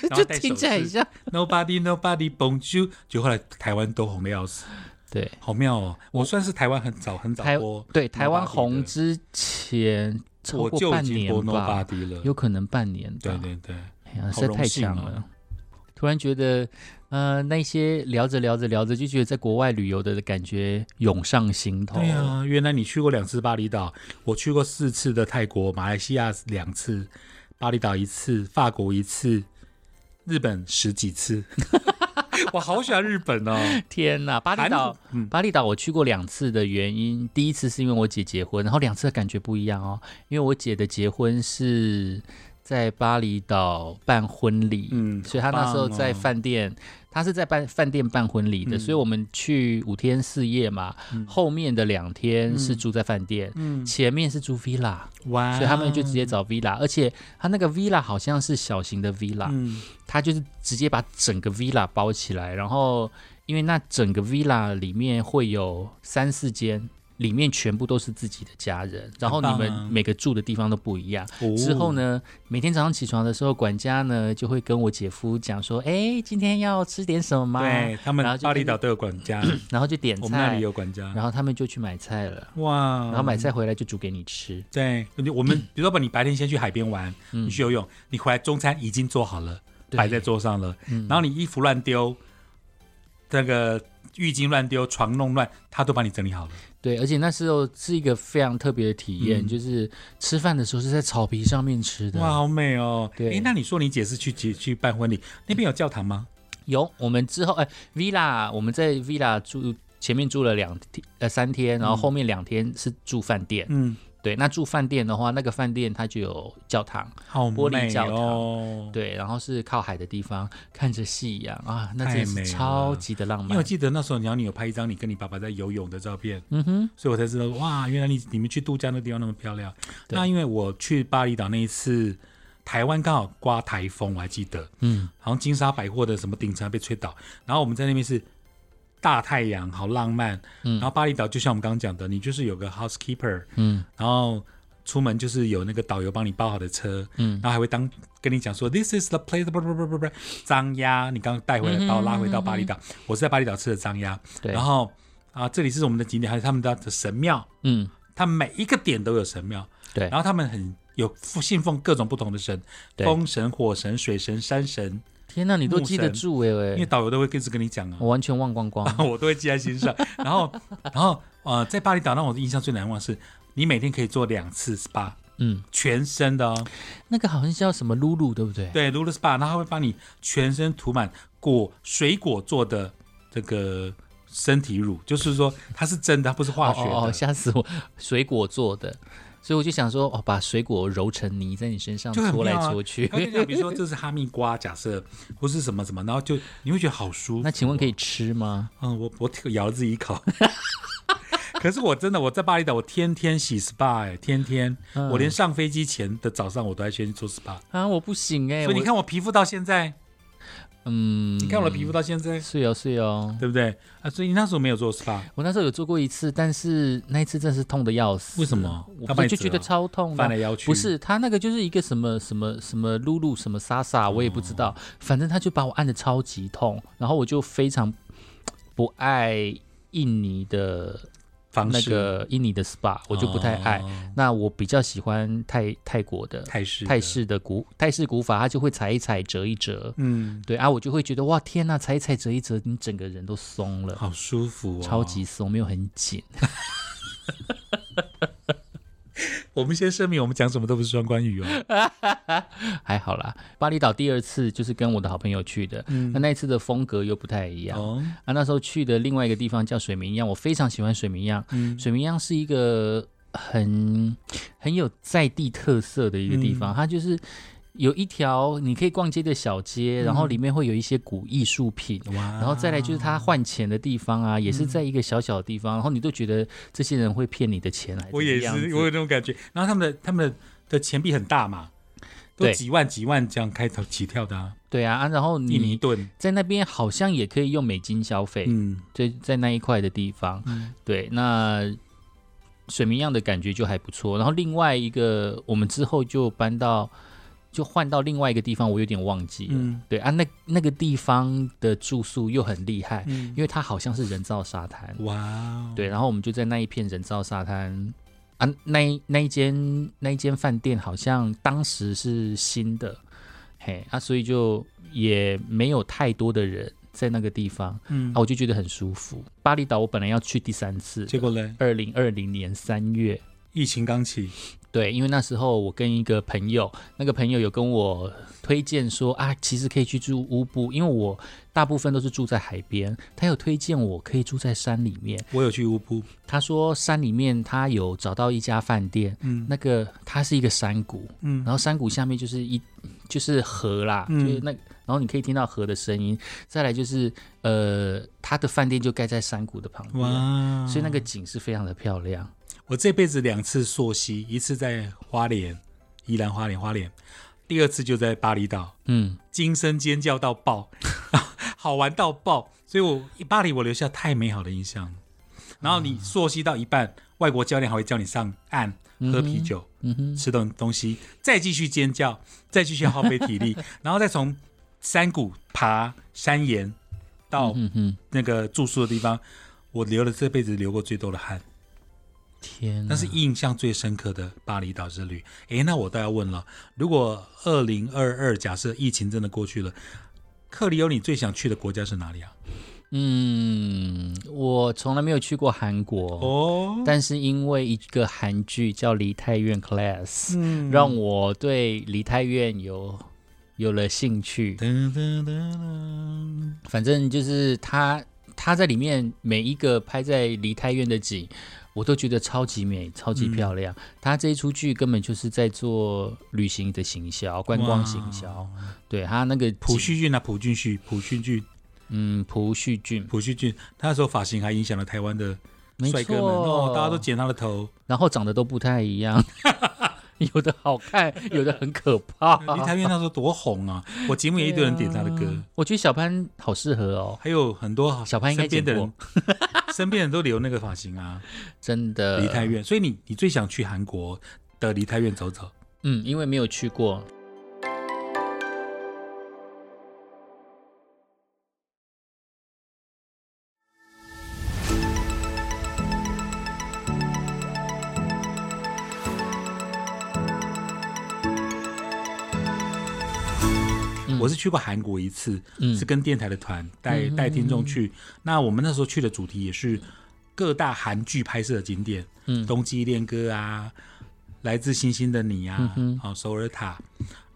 [SPEAKER 2] 然后
[SPEAKER 1] 就
[SPEAKER 2] 戴
[SPEAKER 1] 听
[SPEAKER 2] 手
[SPEAKER 1] 起来很
[SPEAKER 2] 势
[SPEAKER 1] 像。
[SPEAKER 2] Nobody, nobody, bonjour，就后来台湾都红的要死，
[SPEAKER 1] 对
[SPEAKER 2] 好妙哦！我算是台湾很早很早
[SPEAKER 1] 台
[SPEAKER 2] 播，
[SPEAKER 1] 对，台湾
[SPEAKER 2] Nobody
[SPEAKER 1] 红
[SPEAKER 2] 的
[SPEAKER 1] 之前超
[SPEAKER 2] 我
[SPEAKER 1] 过
[SPEAKER 2] 就已
[SPEAKER 1] 半
[SPEAKER 2] 经
[SPEAKER 1] 年
[SPEAKER 2] 播
[SPEAKER 1] 吧，
[SPEAKER 2] Nobody 了。
[SPEAKER 1] 有可能半年吧。
[SPEAKER 2] 对对对，
[SPEAKER 1] 哎呀，
[SPEAKER 2] 好
[SPEAKER 1] 实在
[SPEAKER 2] 荣
[SPEAKER 1] 太
[SPEAKER 2] 幸
[SPEAKER 1] 强
[SPEAKER 2] 哦
[SPEAKER 1] 了。突然觉得，呃，那些聊着聊着聊着，就觉得在国外旅游的感觉涌上心头。
[SPEAKER 2] 对啊，原来你去过两次巴厘岛，我去过四次的泰国、马来西亚两次，巴厘岛一次，法国一次，日本十 几次。我好喜欢日本哦！
[SPEAKER 1] 天哪，巴厘岛，
[SPEAKER 2] 嗯
[SPEAKER 1] 巴厘岛我去过两次的原因，第一次是因为我姐结婚，然后两次的感觉不一样哦，因为我姐的结婚是在巴厘岛办婚礼，
[SPEAKER 2] 嗯哦
[SPEAKER 1] 所以她那时候在饭店，她是在办饭店办婚礼的，
[SPEAKER 2] 嗯
[SPEAKER 1] 所以我们去五天四夜嘛，后面的两天是住在饭店，
[SPEAKER 2] 嗯
[SPEAKER 1] 前面是住 villa，
[SPEAKER 2] 哇
[SPEAKER 1] 所以他们就直接找 villa，而且他那个 villa 好像是小型的 villa，
[SPEAKER 2] 嗯
[SPEAKER 1] 他就是直接把整个 villa 包起来，然后因为那整个 villa 里面会有三四间，里面全部都是自己的家人，然后你
[SPEAKER 2] 很棒
[SPEAKER 1] 们
[SPEAKER 2] 啊哦
[SPEAKER 1] 每个住的地方都不一样。之后？呢，每天早上起床的时候，管家呢就会跟我姐夫讲说：“哎，今天要吃点什么？”
[SPEAKER 2] 哦对，他们
[SPEAKER 1] 然后就
[SPEAKER 2] 巴厘岛都有管家，
[SPEAKER 1] 然后就点
[SPEAKER 2] 我们那里
[SPEAKER 1] 菜，
[SPEAKER 2] 有嗯管家。
[SPEAKER 1] 然后他们就去买菜了，
[SPEAKER 2] 哇，
[SPEAKER 1] 然后买菜回来就煮给你吃。
[SPEAKER 2] 对，你我
[SPEAKER 1] 嗯
[SPEAKER 2] 们比如说把你白天先去海边玩，你去游泳，你回来中餐已经做好了，
[SPEAKER 1] 对嗯
[SPEAKER 2] 摆在桌上了，然后你衣服乱丢，那个浴巾乱丢，床弄乱，他都帮你整理好了。
[SPEAKER 1] 对，而且那时候是一个非常特别的体验，
[SPEAKER 2] 嗯
[SPEAKER 1] 就是吃饭的时候是在草皮上面吃的。
[SPEAKER 2] 哇，好美哦！
[SPEAKER 1] 对
[SPEAKER 2] 诶那你说你姐是去去去办婚礼，那边有教堂吗？
[SPEAKER 1] 有，我们之后哎、v i l l a 我们在 villa 住，前面住了两天呃三天，然后后面两天是住饭店。
[SPEAKER 2] 嗯，
[SPEAKER 1] 对，那住饭店的话，那个饭店它就有教堂，
[SPEAKER 2] 好
[SPEAKER 1] 玻璃
[SPEAKER 2] 美
[SPEAKER 1] 教
[SPEAKER 2] 哦。
[SPEAKER 1] 对，然后是靠海的地方，看着夕阳啊，那
[SPEAKER 2] 太
[SPEAKER 1] 真
[SPEAKER 2] 美
[SPEAKER 1] 是
[SPEAKER 2] 了
[SPEAKER 1] 超级的浪
[SPEAKER 2] 因为我
[SPEAKER 1] 漫。
[SPEAKER 2] 记得那时候，然后你有拍一张你跟你爸爸在游泳的照片，
[SPEAKER 1] 嗯哼，
[SPEAKER 2] 所以我才知道，哇，原来你你们去度假那地方那么漂亮。
[SPEAKER 1] 对
[SPEAKER 2] 那因为我去巴厘岛那一次，台湾刚好刮台风，我还记得，
[SPEAKER 1] 嗯，
[SPEAKER 2] 好像金沙百货的什么顶层被吹倒，然后我们在那边是大太阳，好浪漫。
[SPEAKER 1] 嗯
[SPEAKER 2] 然后巴厘岛就像我们刚刚讲的，你就是有个 housekeeper，
[SPEAKER 1] 嗯，
[SPEAKER 2] 然后出门就是有那个导游帮你包好的车，
[SPEAKER 1] 嗯
[SPEAKER 2] 然后还会当跟你讲说 this is the place，不不不不不，张鸭，你刚刚带回来把我拉回到巴厘岛，
[SPEAKER 1] 嗯
[SPEAKER 2] 我是在巴厘岛吃的张鸭，
[SPEAKER 1] 对，
[SPEAKER 2] 然后啊，这里是我们的景点，还有他们的神庙，
[SPEAKER 1] 嗯，
[SPEAKER 2] 他们每一个点都有神庙，
[SPEAKER 1] 对
[SPEAKER 2] 然后他们很有信奉各种不同的神，
[SPEAKER 1] 对
[SPEAKER 2] 风神、火神、水神、山神，
[SPEAKER 1] 天哪，你都
[SPEAKER 2] 木
[SPEAKER 1] 记得
[SPEAKER 2] 神
[SPEAKER 1] 住哎、
[SPEAKER 2] 因
[SPEAKER 1] 喂
[SPEAKER 2] 为导游都会一直跟你讲啊，
[SPEAKER 1] 我完全忘光光。
[SPEAKER 2] 我都会记在心上。然后，然后呃，在巴厘岛让我印象最难忘的是，你每天可以做两次 SPA，
[SPEAKER 1] 嗯，
[SPEAKER 2] 全身的哦，
[SPEAKER 1] 那个好像叫什么露露，对不对？
[SPEAKER 2] 对，撸了 SPA，然后他会帮你全身涂满果水果做的这个身体乳，就是说它是真的，它不是化学的。
[SPEAKER 1] 哦哦哦，吓死我！水果做的，所以我就想说，哦，把水果揉成泥在你身上
[SPEAKER 2] 就很
[SPEAKER 1] 搓来
[SPEAKER 2] 妙啊
[SPEAKER 1] 搓去
[SPEAKER 2] 他。跟你讲，比如说这是哈密瓜，假设或是什么什么，然后就你会觉得好舒服。
[SPEAKER 1] 那请问可以吃吗？
[SPEAKER 2] 嗯，我我咬了自己一口。 可是我真的我在巴厘岛，我天天洗 SPA，、哎，天天，
[SPEAKER 1] 嗯
[SPEAKER 2] 我连上飞机前的早上我都在先去做 SPA，、
[SPEAKER 1] 啊，我不行哎、
[SPEAKER 2] 所以你
[SPEAKER 1] 我，
[SPEAKER 2] 看我皮肤到现在，
[SPEAKER 1] 嗯，
[SPEAKER 2] 你看我的皮肤到现在，
[SPEAKER 1] 是哦是哦，
[SPEAKER 2] 对不对啊？所以你那时候没有做 SPA，
[SPEAKER 1] 我那时候有做过一次，但是那一次真是痛的要死。
[SPEAKER 2] 为什么他
[SPEAKER 1] 我
[SPEAKER 2] 把
[SPEAKER 1] 我
[SPEAKER 2] 你
[SPEAKER 1] 就
[SPEAKER 2] 折
[SPEAKER 1] 觉得
[SPEAKER 2] 了
[SPEAKER 1] 超痛
[SPEAKER 2] 翻来
[SPEAKER 1] 的。
[SPEAKER 2] 腰去，嗯
[SPEAKER 1] 不是，他那个就是一个什么什么什么露露什么莎
[SPEAKER 2] 哦
[SPEAKER 1] 莎，我也不知道，反正他就把我按的超级痛，然后我就非常不爱印尼的
[SPEAKER 2] 方
[SPEAKER 1] 那
[SPEAKER 2] 式，
[SPEAKER 1] 个印尼的 SPA，我就不太爱。
[SPEAKER 2] 哦
[SPEAKER 1] 那我比较喜欢泰泰国的
[SPEAKER 2] 泰式的
[SPEAKER 1] 泰，式的古泰式古法，它就会踩一踩折一折，
[SPEAKER 2] 嗯，
[SPEAKER 1] 对啊，我就会觉得哇天呐，踩一踩折一折，你整个人都松了，
[SPEAKER 2] 好舒服、哦，
[SPEAKER 1] 超级松，没有很紧。
[SPEAKER 2] 我们先声明，我们讲什么都不是双关 语哦。
[SPEAKER 1] 还好啦，巴厘岛第二次就是跟我的好朋友去的，那那一次的风格又不太一样。
[SPEAKER 2] 嗯哦，
[SPEAKER 1] 啊，那时候去的另外一个地方叫水明漾，我非常喜欢水明
[SPEAKER 2] 嗯
[SPEAKER 1] 漾。水明漾是一个很很有在地特色的一个地
[SPEAKER 2] 嗯
[SPEAKER 1] 方，它就是有一条你可以逛街的小街，然后
[SPEAKER 2] 嗯
[SPEAKER 1] 里面会有一些古艺术品。
[SPEAKER 2] 哇，
[SPEAKER 1] 然后再来就是
[SPEAKER 2] 啊
[SPEAKER 1] 他换钱的地方啊，也是在
[SPEAKER 2] 嗯
[SPEAKER 1] 一个小小的地方，然后你都觉得这些人会骗你的钱来，
[SPEAKER 2] 我也是，我有那种感觉。然后他们的他们的的钱币很大嘛，都
[SPEAKER 1] 对
[SPEAKER 2] 几万几万这样开头起跳的、啊，
[SPEAKER 1] 对啊，啊然后
[SPEAKER 2] 印尼
[SPEAKER 1] 你
[SPEAKER 2] 盾，
[SPEAKER 1] 在那边好像也可以用美金消费，
[SPEAKER 2] 嗯，
[SPEAKER 1] 对，在那一块的地方，
[SPEAKER 2] 嗯
[SPEAKER 1] 对，那水明漾的感觉就还不错。然后另外一个，我们之后就搬到，就换到另外一个地方，我有点忘记了。
[SPEAKER 2] 嗯
[SPEAKER 1] 对啊，那那个地方的住宿又很厉害，
[SPEAKER 2] 嗯
[SPEAKER 1] 因为它好像是人造沙滩，
[SPEAKER 2] 哇哦，
[SPEAKER 1] 对，然后我们就在那一片人造沙滩。啊，那一那一间那一间饭店好像当时是新的，嘿啊，所以就也没有太多的人在那个地方，
[SPEAKER 2] 嗯
[SPEAKER 1] 啊，，我就觉得很舒服。巴厘岛我本来要去第三次，
[SPEAKER 2] 结果嘞，
[SPEAKER 1] 二零二零年三月，
[SPEAKER 2] 疫情刚起，
[SPEAKER 1] 对，因为那时候我跟一个朋友，那个朋友有跟我推荐说啊，其实可以去住乌布，因为我大部分都是住在海边，他有推荐我可以住在山里面。
[SPEAKER 2] 我有去乌布，
[SPEAKER 1] 他说山里面他有找到一家饭店，
[SPEAKER 2] 嗯
[SPEAKER 1] 那个它是一个山谷，
[SPEAKER 2] 嗯
[SPEAKER 1] 然后山谷下面就是一就是河啦，
[SPEAKER 2] 嗯
[SPEAKER 1] 就是那，然后你可以听到河的声音。再来就是呃，它的饭店就盖在山谷的旁边，
[SPEAKER 2] 哇，
[SPEAKER 1] 所以那个景是非常的漂亮。
[SPEAKER 2] 我这辈子两次溯溪，一次在花莲，宜兰花莲花莲，第二次就在巴厘岛，
[SPEAKER 1] 嗯，
[SPEAKER 2] 惊声尖叫到爆， 好玩到爆，所以我巴黎我留下太美好的印象了。然后你溯溪到一半，外国教练还会叫你上岸喝啤酒、
[SPEAKER 1] 嗯哼，
[SPEAKER 2] 吃东东西，再继续尖叫，再继续耗费体 力，然后再从山谷爬山岩到
[SPEAKER 1] 嗯哼，
[SPEAKER 2] 那个住宿的地方。我流了这辈子流过最多的汗，
[SPEAKER 1] 天哪，
[SPEAKER 2] 但是印象最深刻的巴厘岛之旅。诶，那我倒要问了，如果二零二二假设疫情真的过去了，克里欧你最想去的国家是哪里啊？
[SPEAKER 1] 嗯，我从来没有去过韩国，
[SPEAKER 2] 哦，
[SPEAKER 1] 但是因为一个韩剧叫《梨泰院 Class》，
[SPEAKER 2] 嗯
[SPEAKER 1] 让我对梨泰院有有了兴趣。
[SPEAKER 2] 噔噔噔噔，
[SPEAKER 1] 反正就是他他在里面每一个拍在梨泰院的景，我都觉得超级美、超级漂亮。
[SPEAKER 2] 嗯
[SPEAKER 1] 他这一出剧根本就是在做旅行的行销、观光行销。对他那个
[SPEAKER 2] 朴
[SPEAKER 1] 景，
[SPEAKER 2] 叙俊啊，朴俊旭，朴叙俊，
[SPEAKER 1] 嗯，朴叙俊，
[SPEAKER 2] 朴叙俊，他那时候发型还影响了台湾的
[SPEAKER 1] 没
[SPEAKER 2] 帅
[SPEAKER 1] 错，
[SPEAKER 2] 哥们哦，大家都剪他的头。
[SPEAKER 1] 然后长得都不太一 样。有的好看，有的很可怕。
[SPEAKER 2] 林台院那时候多红啊，我节目也一堆人点他的歌，
[SPEAKER 1] 啊我觉得小潘好适合哦，
[SPEAKER 2] 还有很多
[SPEAKER 1] 小潘应该
[SPEAKER 2] 身边的
[SPEAKER 1] 剪
[SPEAKER 2] 人，身边人都留那个发型啊，
[SPEAKER 1] 真的。
[SPEAKER 2] 梨泰院。所以你你最想去韩国的梨泰院走走？
[SPEAKER 1] 嗯，因为没有去过。嗯
[SPEAKER 2] 我是去过韩国一次，
[SPEAKER 1] 嗯
[SPEAKER 2] 是跟电台的团带带听众去。那我们那时候去的主题也是各大韩剧拍摄的景点，
[SPEAKER 1] 嗯
[SPEAKER 2] 冬季恋歌》啊，《来自星星的你》啊，
[SPEAKER 1] 嗯
[SPEAKER 2] 好、首尔塔，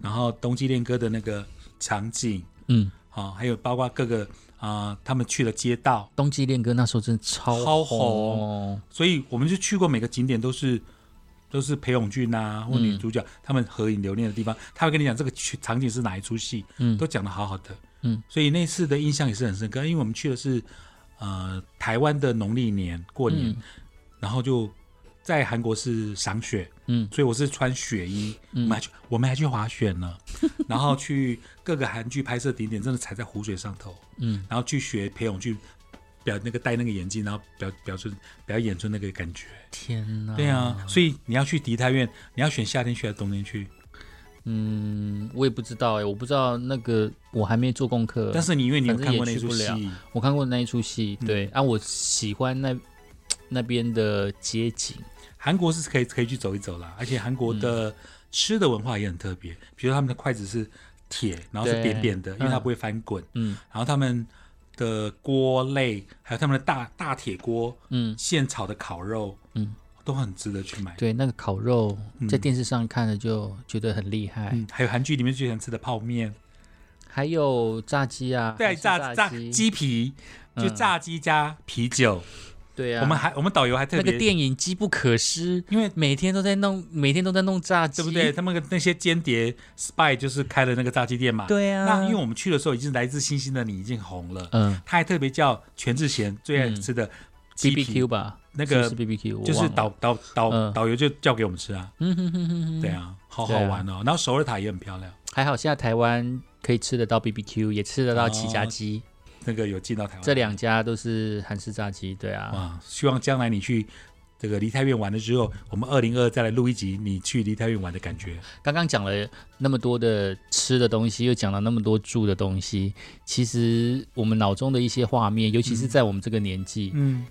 [SPEAKER 2] 然后《冬季恋歌》的那个场景，
[SPEAKER 1] 嗯，
[SPEAKER 2] 好、还有包括各个啊、呃他们去的街道，
[SPEAKER 1] 冬季恋歌那时候真的超
[SPEAKER 2] 超红
[SPEAKER 1] 红哦，
[SPEAKER 2] 所以我们就去过每个景点都是。都是裴勇俊
[SPEAKER 1] 嗯
[SPEAKER 2] 啊，或女主角、他们合影留念的地方，他会跟你讲这个去场景是哪一出戏，
[SPEAKER 1] 嗯
[SPEAKER 2] 都讲的好好的，
[SPEAKER 1] 嗯，
[SPEAKER 2] 所以那次的印象也是很深刻，因为我们去的是呃台湾的农历年过年，
[SPEAKER 1] 嗯
[SPEAKER 2] 然后就在韩国是赏雪，
[SPEAKER 1] 嗯
[SPEAKER 2] 所以我是穿雪衣，我们还去我们还去滑雪呢， 然后去各个韩剧拍摄景点，真的踩在湖水上头，
[SPEAKER 1] 嗯，
[SPEAKER 2] 然后去学裴勇俊表那个戴那个眼镜，然后表表出表演出那个感觉，
[SPEAKER 1] 天哪！
[SPEAKER 2] 对，啊，所以你要去迪泰院，你要选夏天去还是冬天去？
[SPEAKER 1] 嗯，我也不知道哎、我不知道那个，我还没做功课。
[SPEAKER 2] 但是你嗯因为你有
[SPEAKER 1] 反正
[SPEAKER 2] 看过
[SPEAKER 1] 也
[SPEAKER 2] 那
[SPEAKER 1] 去
[SPEAKER 2] 出
[SPEAKER 1] 不了
[SPEAKER 2] 戏，
[SPEAKER 1] 我看过那一出戏，对、啊，我喜欢那那边的街景，
[SPEAKER 2] 韩国是可以可以去走一走
[SPEAKER 1] 嗯
[SPEAKER 2] 啦，而且韩国的吃的文化也很特别，比如他们的筷子是铁，然后是
[SPEAKER 1] 对
[SPEAKER 2] 扁扁的，因为它
[SPEAKER 1] 嗯
[SPEAKER 2] 不会翻滚，
[SPEAKER 1] 嗯
[SPEAKER 2] 然后他们的锅类，还有他们的大大铁锅，
[SPEAKER 1] 嗯，
[SPEAKER 2] 现炒的烤肉，
[SPEAKER 1] 嗯，
[SPEAKER 2] 都很值得去买。
[SPEAKER 1] 对，那个烤肉在电视上看了就觉得很厉害，
[SPEAKER 2] 嗯，还有韩剧里面最喜欢吃的泡面，
[SPEAKER 1] 还有炸鸡啊，
[SPEAKER 2] 对，
[SPEAKER 1] 韩式
[SPEAKER 2] 炸炸
[SPEAKER 1] 鸡，
[SPEAKER 2] 鸡皮，就
[SPEAKER 1] 嗯
[SPEAKER 2] 炸鸡加啤酒。
[SPEAKER 1] 对啊，
[SPEAKER 2] 我们还我们导游还特
[SPEAKER 1] 那
[SPEAKER 2] 别
[SPEAKER 1] 个电影机不可失，
[SPEAKER 2] 因为
[SPEAKER 1] 每天都在弄，每天都在弄炸鸡，
[SPEAKER 2] 对不对？？他们那些间谍 spy 就是开了那个炸鸡店嘛。
[SPEAKER 1] 对啊，
[SPEAKER 2] 那因为我们去的时候，已经来自星星的你已经红了，
[SPEAKER 1] 嗯
[SPEAKER 2] 他还特别叫全智贤最爱吃的鸡
[SPEAKER 1] ，B B
[SPEAKER 2] 皮
[SPEAKER 1] Q 吧，
[SPEAKER 2] 那
[SPEAKER 1] 是不
[SPEAKER 2] 个
[SPEAKER 1] 是 B B Q，
[SPEAKER 2] 就是导导导
[SPEAKER 1] 嗯
[SPEAKER 2] 导游就叫给我们吃啊，
[SPEAKER 1] 嗯哼哼哼哼，
[SPEAKER 2] 对，啊，好
[SPEAKER 1] 对
[SPEAKER 2] 好
[SPEAKER 1] 啊
[SPEAKER 2] 玩哦。然后首尔塔也很漂亮，
[SPEAKER 1] 还好现在台湾可以吃得到 B B Q，也吃得到起家鸡，
[SPEAKER 2] 那个有进到台湾。
[SPEAKER 1] 这两家都是韩式炸鸡，对啊，
[SPEAKER 2] 哦哇，希望将来你去这个梨泰院玩了之后，我们二零二再来录一集你去梨泰院玩的感觉。
[SPEAKER 1] 刚刚讲了那么多的吃的东西，又讲了那么多住的东西，其实我们脑中的一些画面，尤其是在我们这个年纪，
[SPEAKER 2] 嗯，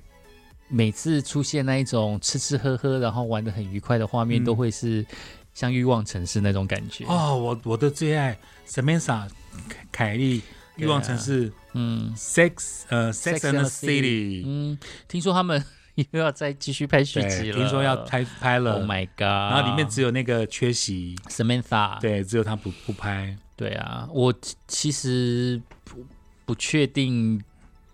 [SPEAKER 1] 每次出现那一种吃吃喝喝，然后玩的很愉快的画面，
[SPEAKER 2] 嗯
[SPEAKER 1] 都会是像欲望城市那种感觉。
[SPEAKER 2] 哦，我我的最爱 Samantha 凯凯莉，
[SPEAKER 1] 啊
[SPEAKER 2] 欲望城市
[SPEAKER 1] 嗯
[SPEAKER 2] ，Sex 呃 Sex and the
[SPEAKER 1] City
[SPEAKER 2] City，
[SPEAKER 1] 嗯，听说他们又要再继续拍续集
[SPEAKER 2] 对，
[SPEAKER 1] 了，
[SPEAKER 2] 听说要拍拍
[SPEAKER 1] Oh
[SPEAKER 2] 了，
[SPEAKER 1] my god！
[SPEAKER 2] 然后里面只
[SPEAKER 1] 有
[SPEAKER 2] 有那个缺席，
[SPEAKER 1] Samantha，
[SPEAKER 2] 对，只有他不不拍。
[SPEAKER 1] 对啊，我其其实不不确定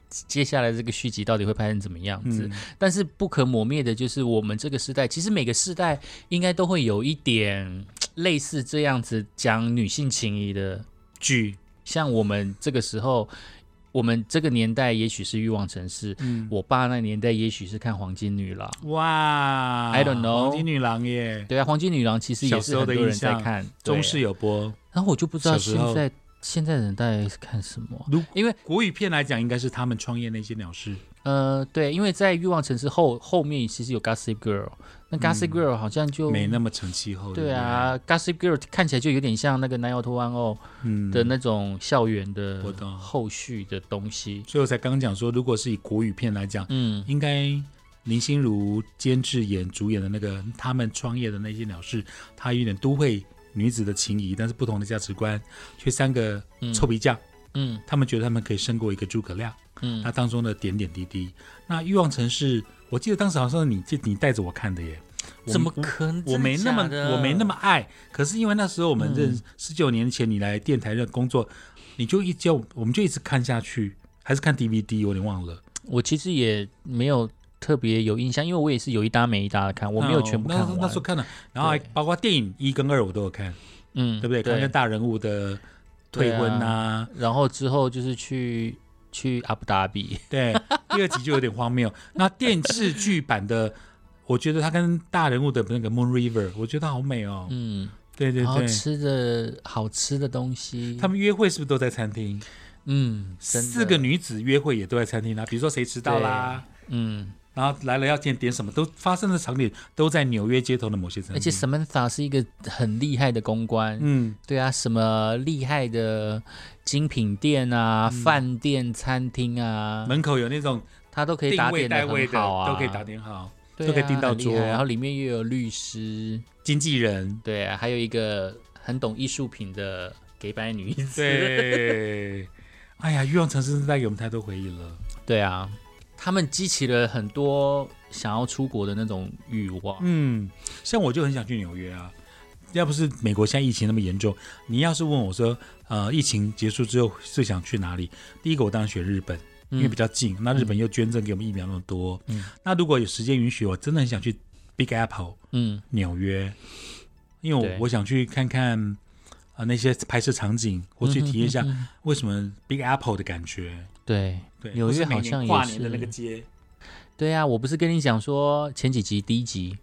[SPEAKER 1] 接下来这个续集到底会拍成怎么样子，
[SPEAKER 2] 嗯，
[SPEAKER 1] 但是不可磨灭的就是我们这个时代，其实每个时代应该都会有一点类似这样子讲女性情谊的
[SPEAKER 2] 剧，
[SPEAKER 1] 像我们这个时候，我们这个年代也许是欲望城市，
[SPEAKER 2] 嗯，
[SPEAKER 1] 我爸那年代也许是看黄金女郎。
[SPEAKER 2] 哇
[SPEAKER 1] I don't know
[SPEAKER 2] 黄金女郎耶，
[SPEAKER 1] 对啊，黄金女郎其实也
[SPEAKER 2] 小时
[SPEAKER 1] 是
[SPEAKER 2] 候
[SPEAKER 1] 很
[SPEAKER 2] 的
[SPEAKER 1] 多人
[SPEAKER 2] 印
[SPEAKER 1] 在
[SPEAKER 2] 象
[SPEAKER 1] 看，对啊
[SPEAKER 2] 中视有播。
[SPEAKER 1] 然后我就不知道
[SPEAKER 2] 小时
[SPEAKER 1] 现
[SPEAKER 2] 候
[SPEAKER 1] 在现在人大概是看什么，
[SPEAKER 2] 如
[SPEAKER 1] 因为
[SPEAKER 2] 国语片来讲，应该是他们创业那些鸟事。
[SPEAKER 1] 呃，对，因为在欲望城市后后面其实有 Gossip Girl，那 Gossip Girl 好像就、
[SPEAKER 2] 嗯没那么成气
[SPEAKER 1] 嗯
[SPEAKER 2] 候。
[SPEAKER 1] 对
[SPEAKER 2] 不，
[SPEAKER 1] 啊，Gossip Girl 看起来就有点像那个 Nine o t One O
[SPEAKER 2] 嗯
[SPEAKER 1] 的那种校园的
[SPEAKER 2] 我懂
[SPEAKER 1] 后续的东西，
[SPEAKER 2] 所以我才刚讲说，如果是以国语片来讲，
[SPEAKER 1] 嗯，
[SPEAKER 2] 应该林心如监制演主演的那个他们创业的那些鸟事，它有点都会女子的情谊，但是不同的价值观，却三个
[SPEAKER 1] 嗯
[SPEAKER 2] 臭皮匠，
[SPEAKER 1] 嗯
[SPEAKER 2] 他们觉得他们可以胜过一个诸葛亮，
[SPEAKER 1] 嗯
[SPEAKER 2] 那当中的点点滴滴。那欲望城市，我记得当时好像是你记你带着我看的耶，我
[SPEAKER 1] 怎么
[SPEAKER 2] 我
[SPEAKER 1] 可能？
[SPEAKER 2] 我没那么
[SPEAKER 1] 真的假的
[SPEAKER 2] 我没那么爱，可是因为那时候我们认
[SPEAKER 1] 嗯
[SPEAKER 2] 十九年前你来电台认工作，你就一叫我们就一直看下去，还是看 DVD，我有点忘了，
[SPEAKER 1] 我其实也没有特别有印象，因为我也是有一搭没一搭的看，我没有全部看
[SPEAKER 2] 哦那
[SPEAKER 1] 完。
[SPEAKER 2] 那时候看了，然后还
[SPEAKER 1] 对
[SPEAKER 2] 包括电影一跟二我都有看，
[SPEAKER 1] 嗯，
[SPEAKER 2] 对不对？看那些
[SPEAKER 1] 对。
[SPEAKER 2] 大人物的退
[SPEAKER 1] 对啊
[SPEAKER 2] 婚啊，
[SPEAKER 1] 然后之后就是去去阿布达比，
[SPEAKER 2] 对，第二集就有点荒谬。那电视剧版的，我觉得它跟大人物的那个 Moon River，我觉得好美哦。
[SPEAKER 1] 嗯，
[SPEAKER 2] 对对
[SPEAKER 1] 然后
[SPEAKER 2] 对，
[SPEAKER 1] 吃的好吃的东西，
[SPEAKER 2] 他们约会是不是都在餐厅？
[SPEAKER 1] 嗯，真的
[SPEAKER 2] 四个，女子约会也都在餐厅啦，啊比如说谁迟到啦。
[SPEAKER 1] 嗯，
[SPEAKER 2] 然后来了要点点什么，都发生的场景都在纽约街头的某些餐厅。
[SPEAKER 1] 而且 Samantha 是一个很厉害的公关，
[SPEAKER 2] 嗯，
[SPEAKER 1] 对啊，什么厉害的精品店
[SPEAKER 2] 嗯
[SPEAKER 1] 啊、饭店、餐厅啊，
[SPEAKER 2] 门口有那种
[SPEAKER 1] 他都可以
[SPEAKER 2] 定
[SPEAKER 1] 打
[SPEAKER 2] 位
[SPEAKER 1] 点
[SPEAKER 2] 带
[SPEAKER 1] 的
[SPEAKER 2] 嗯位
[SPEAKER 1] 很
[SPEAKER 2] 的，
[SPEAKER 1] 好啊，
[SPEAKER 2] 都可以打点好。
[SPEAKER 1] 对啊，
[SPEAKER 2] 都可以订到
[SPEAKER 1] 很厉害
[SPEAKER 2] 桌
[SPEAKER 1] 然后里面又有律师，
[SPEAKER 2] 经纪人，
[SPEAKER 1] 对啊，还有一个很懂艺术品的给白女子。
[SPEAKER 2] 对，哎呀，欲望城市真的带给我们太多回忆了。
[SPEAKER 1] 对啊，他们激起了很多想要出国的那种欲望。
[SPEAKER 2] 嗯，像我就很想去纽约啊。要不是美国现在疫情那么严重，你要是问我说，呃，疫情结束之后最想去哪里？第一个我当然选日本，因为比
[SPEAKER 1] 较
[SPEAKER 2] 较近。那日本又捐赠给我们疫苗那么多，
[SPEAKER 1] 嗯
[SPEAKER 2] 那如果有时间允许，我真的很想去 Big Apple。
[SPEAKER 1] 嗯
[SPEAKER 2] 纽约，因为
[SPEAKER 1] 对
[SPEAKER 2] 我我想去看看啊、呃那些拍摄场景，我去体验一下
[SPEAKER 1] 嗯哼嗯哼
[SPEAKER 2] 为什么 Big Apple 的感觉。
[SPEAKER 1] 对
[SPEAKER 2] 对，
[SPEAKER 1] 纽约
[SPEAKER 2] 或是每
[SPEAKER 1] 好像
[SPEAKER 2] 年
[SPEAKER 1] 也
[SPEAKER 2] 跨年的
[SPEAKER 1] 是
[SPEAKER 2] 那个街，
[SPEAKER 1] 对啊，我不是跟你讲说前几集第一集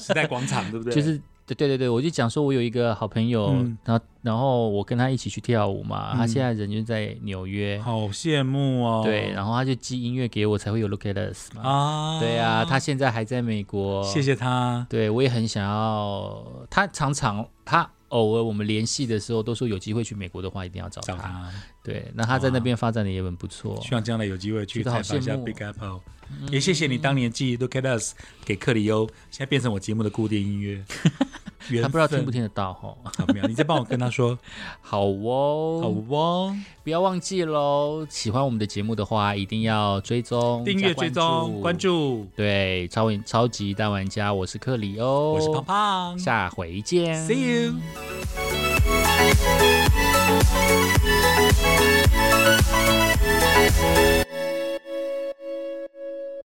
[SPEAKER 2] 时代广场，对不 对？
[SPEAKER 1] 就是。对对对对，我就讲说，我有一个好朋友，
[SPEAKER 2] 嗯
[SPEAKER 1] 然后然后我跟他一起去跳舞嘛，
[SPEAKER 2] 嗯
[SPEAKER 1] 他现在人就在纽约，
[SPEAKER 2] 好羡慕哦。
[SPEAKER 1] 对，然后他就寄音乐给我，才会有 Look at Us 嘛，
[SPEAKER 2] 啊，
[SPEAKER 1] 对啊，他现在还在美国，
[SPEAKER 2] 谢谢他。
[SPEAKER 1] 对，我也很想要。他常常他偶尔我们联系的时候，都说有机会去美国的话，一定要找他。
[SPEAKER 2] 找他，
[SPEAKER 1] 对，那他在那边发展的也很不错。
[SPEAKER 2] 希望将来有机会去
[SPEAKER 1] 觉得好
[SPEAKER 2] 采访一下
[SPEAKER 1] 羡慕嗯
[SPEAKER 2] Big Apple，、也谢谢你当年寄 Look at Us 给克里欧，现在变成我节目的固定 音乐。缘
[SPEAKER 1] 他不知道听不
[SPEAKER 2] 分
[SPEAKER 1] 听得到吼。
[SPEAKER 2] 好没有？你再帮我跟 他说，
[SPEAKER 1] 好哦，
[SPEAKER 2] 好哦。
[SPEAKER 1] 不要忘记喽。喜欢我们的节目的话，一定要追踪、
[SPEAKER 2] 订
[SPEAKER 1] 加
[SPEAKER 2] 阅、追踪、关。注。
[SPEAKER 1] 对，超超级大玩家，我是克里欧，
[SPEAKER 2] 我是胖，胖
[SPEAKER 1] 下回见
[SPEAKER 2] ，See you。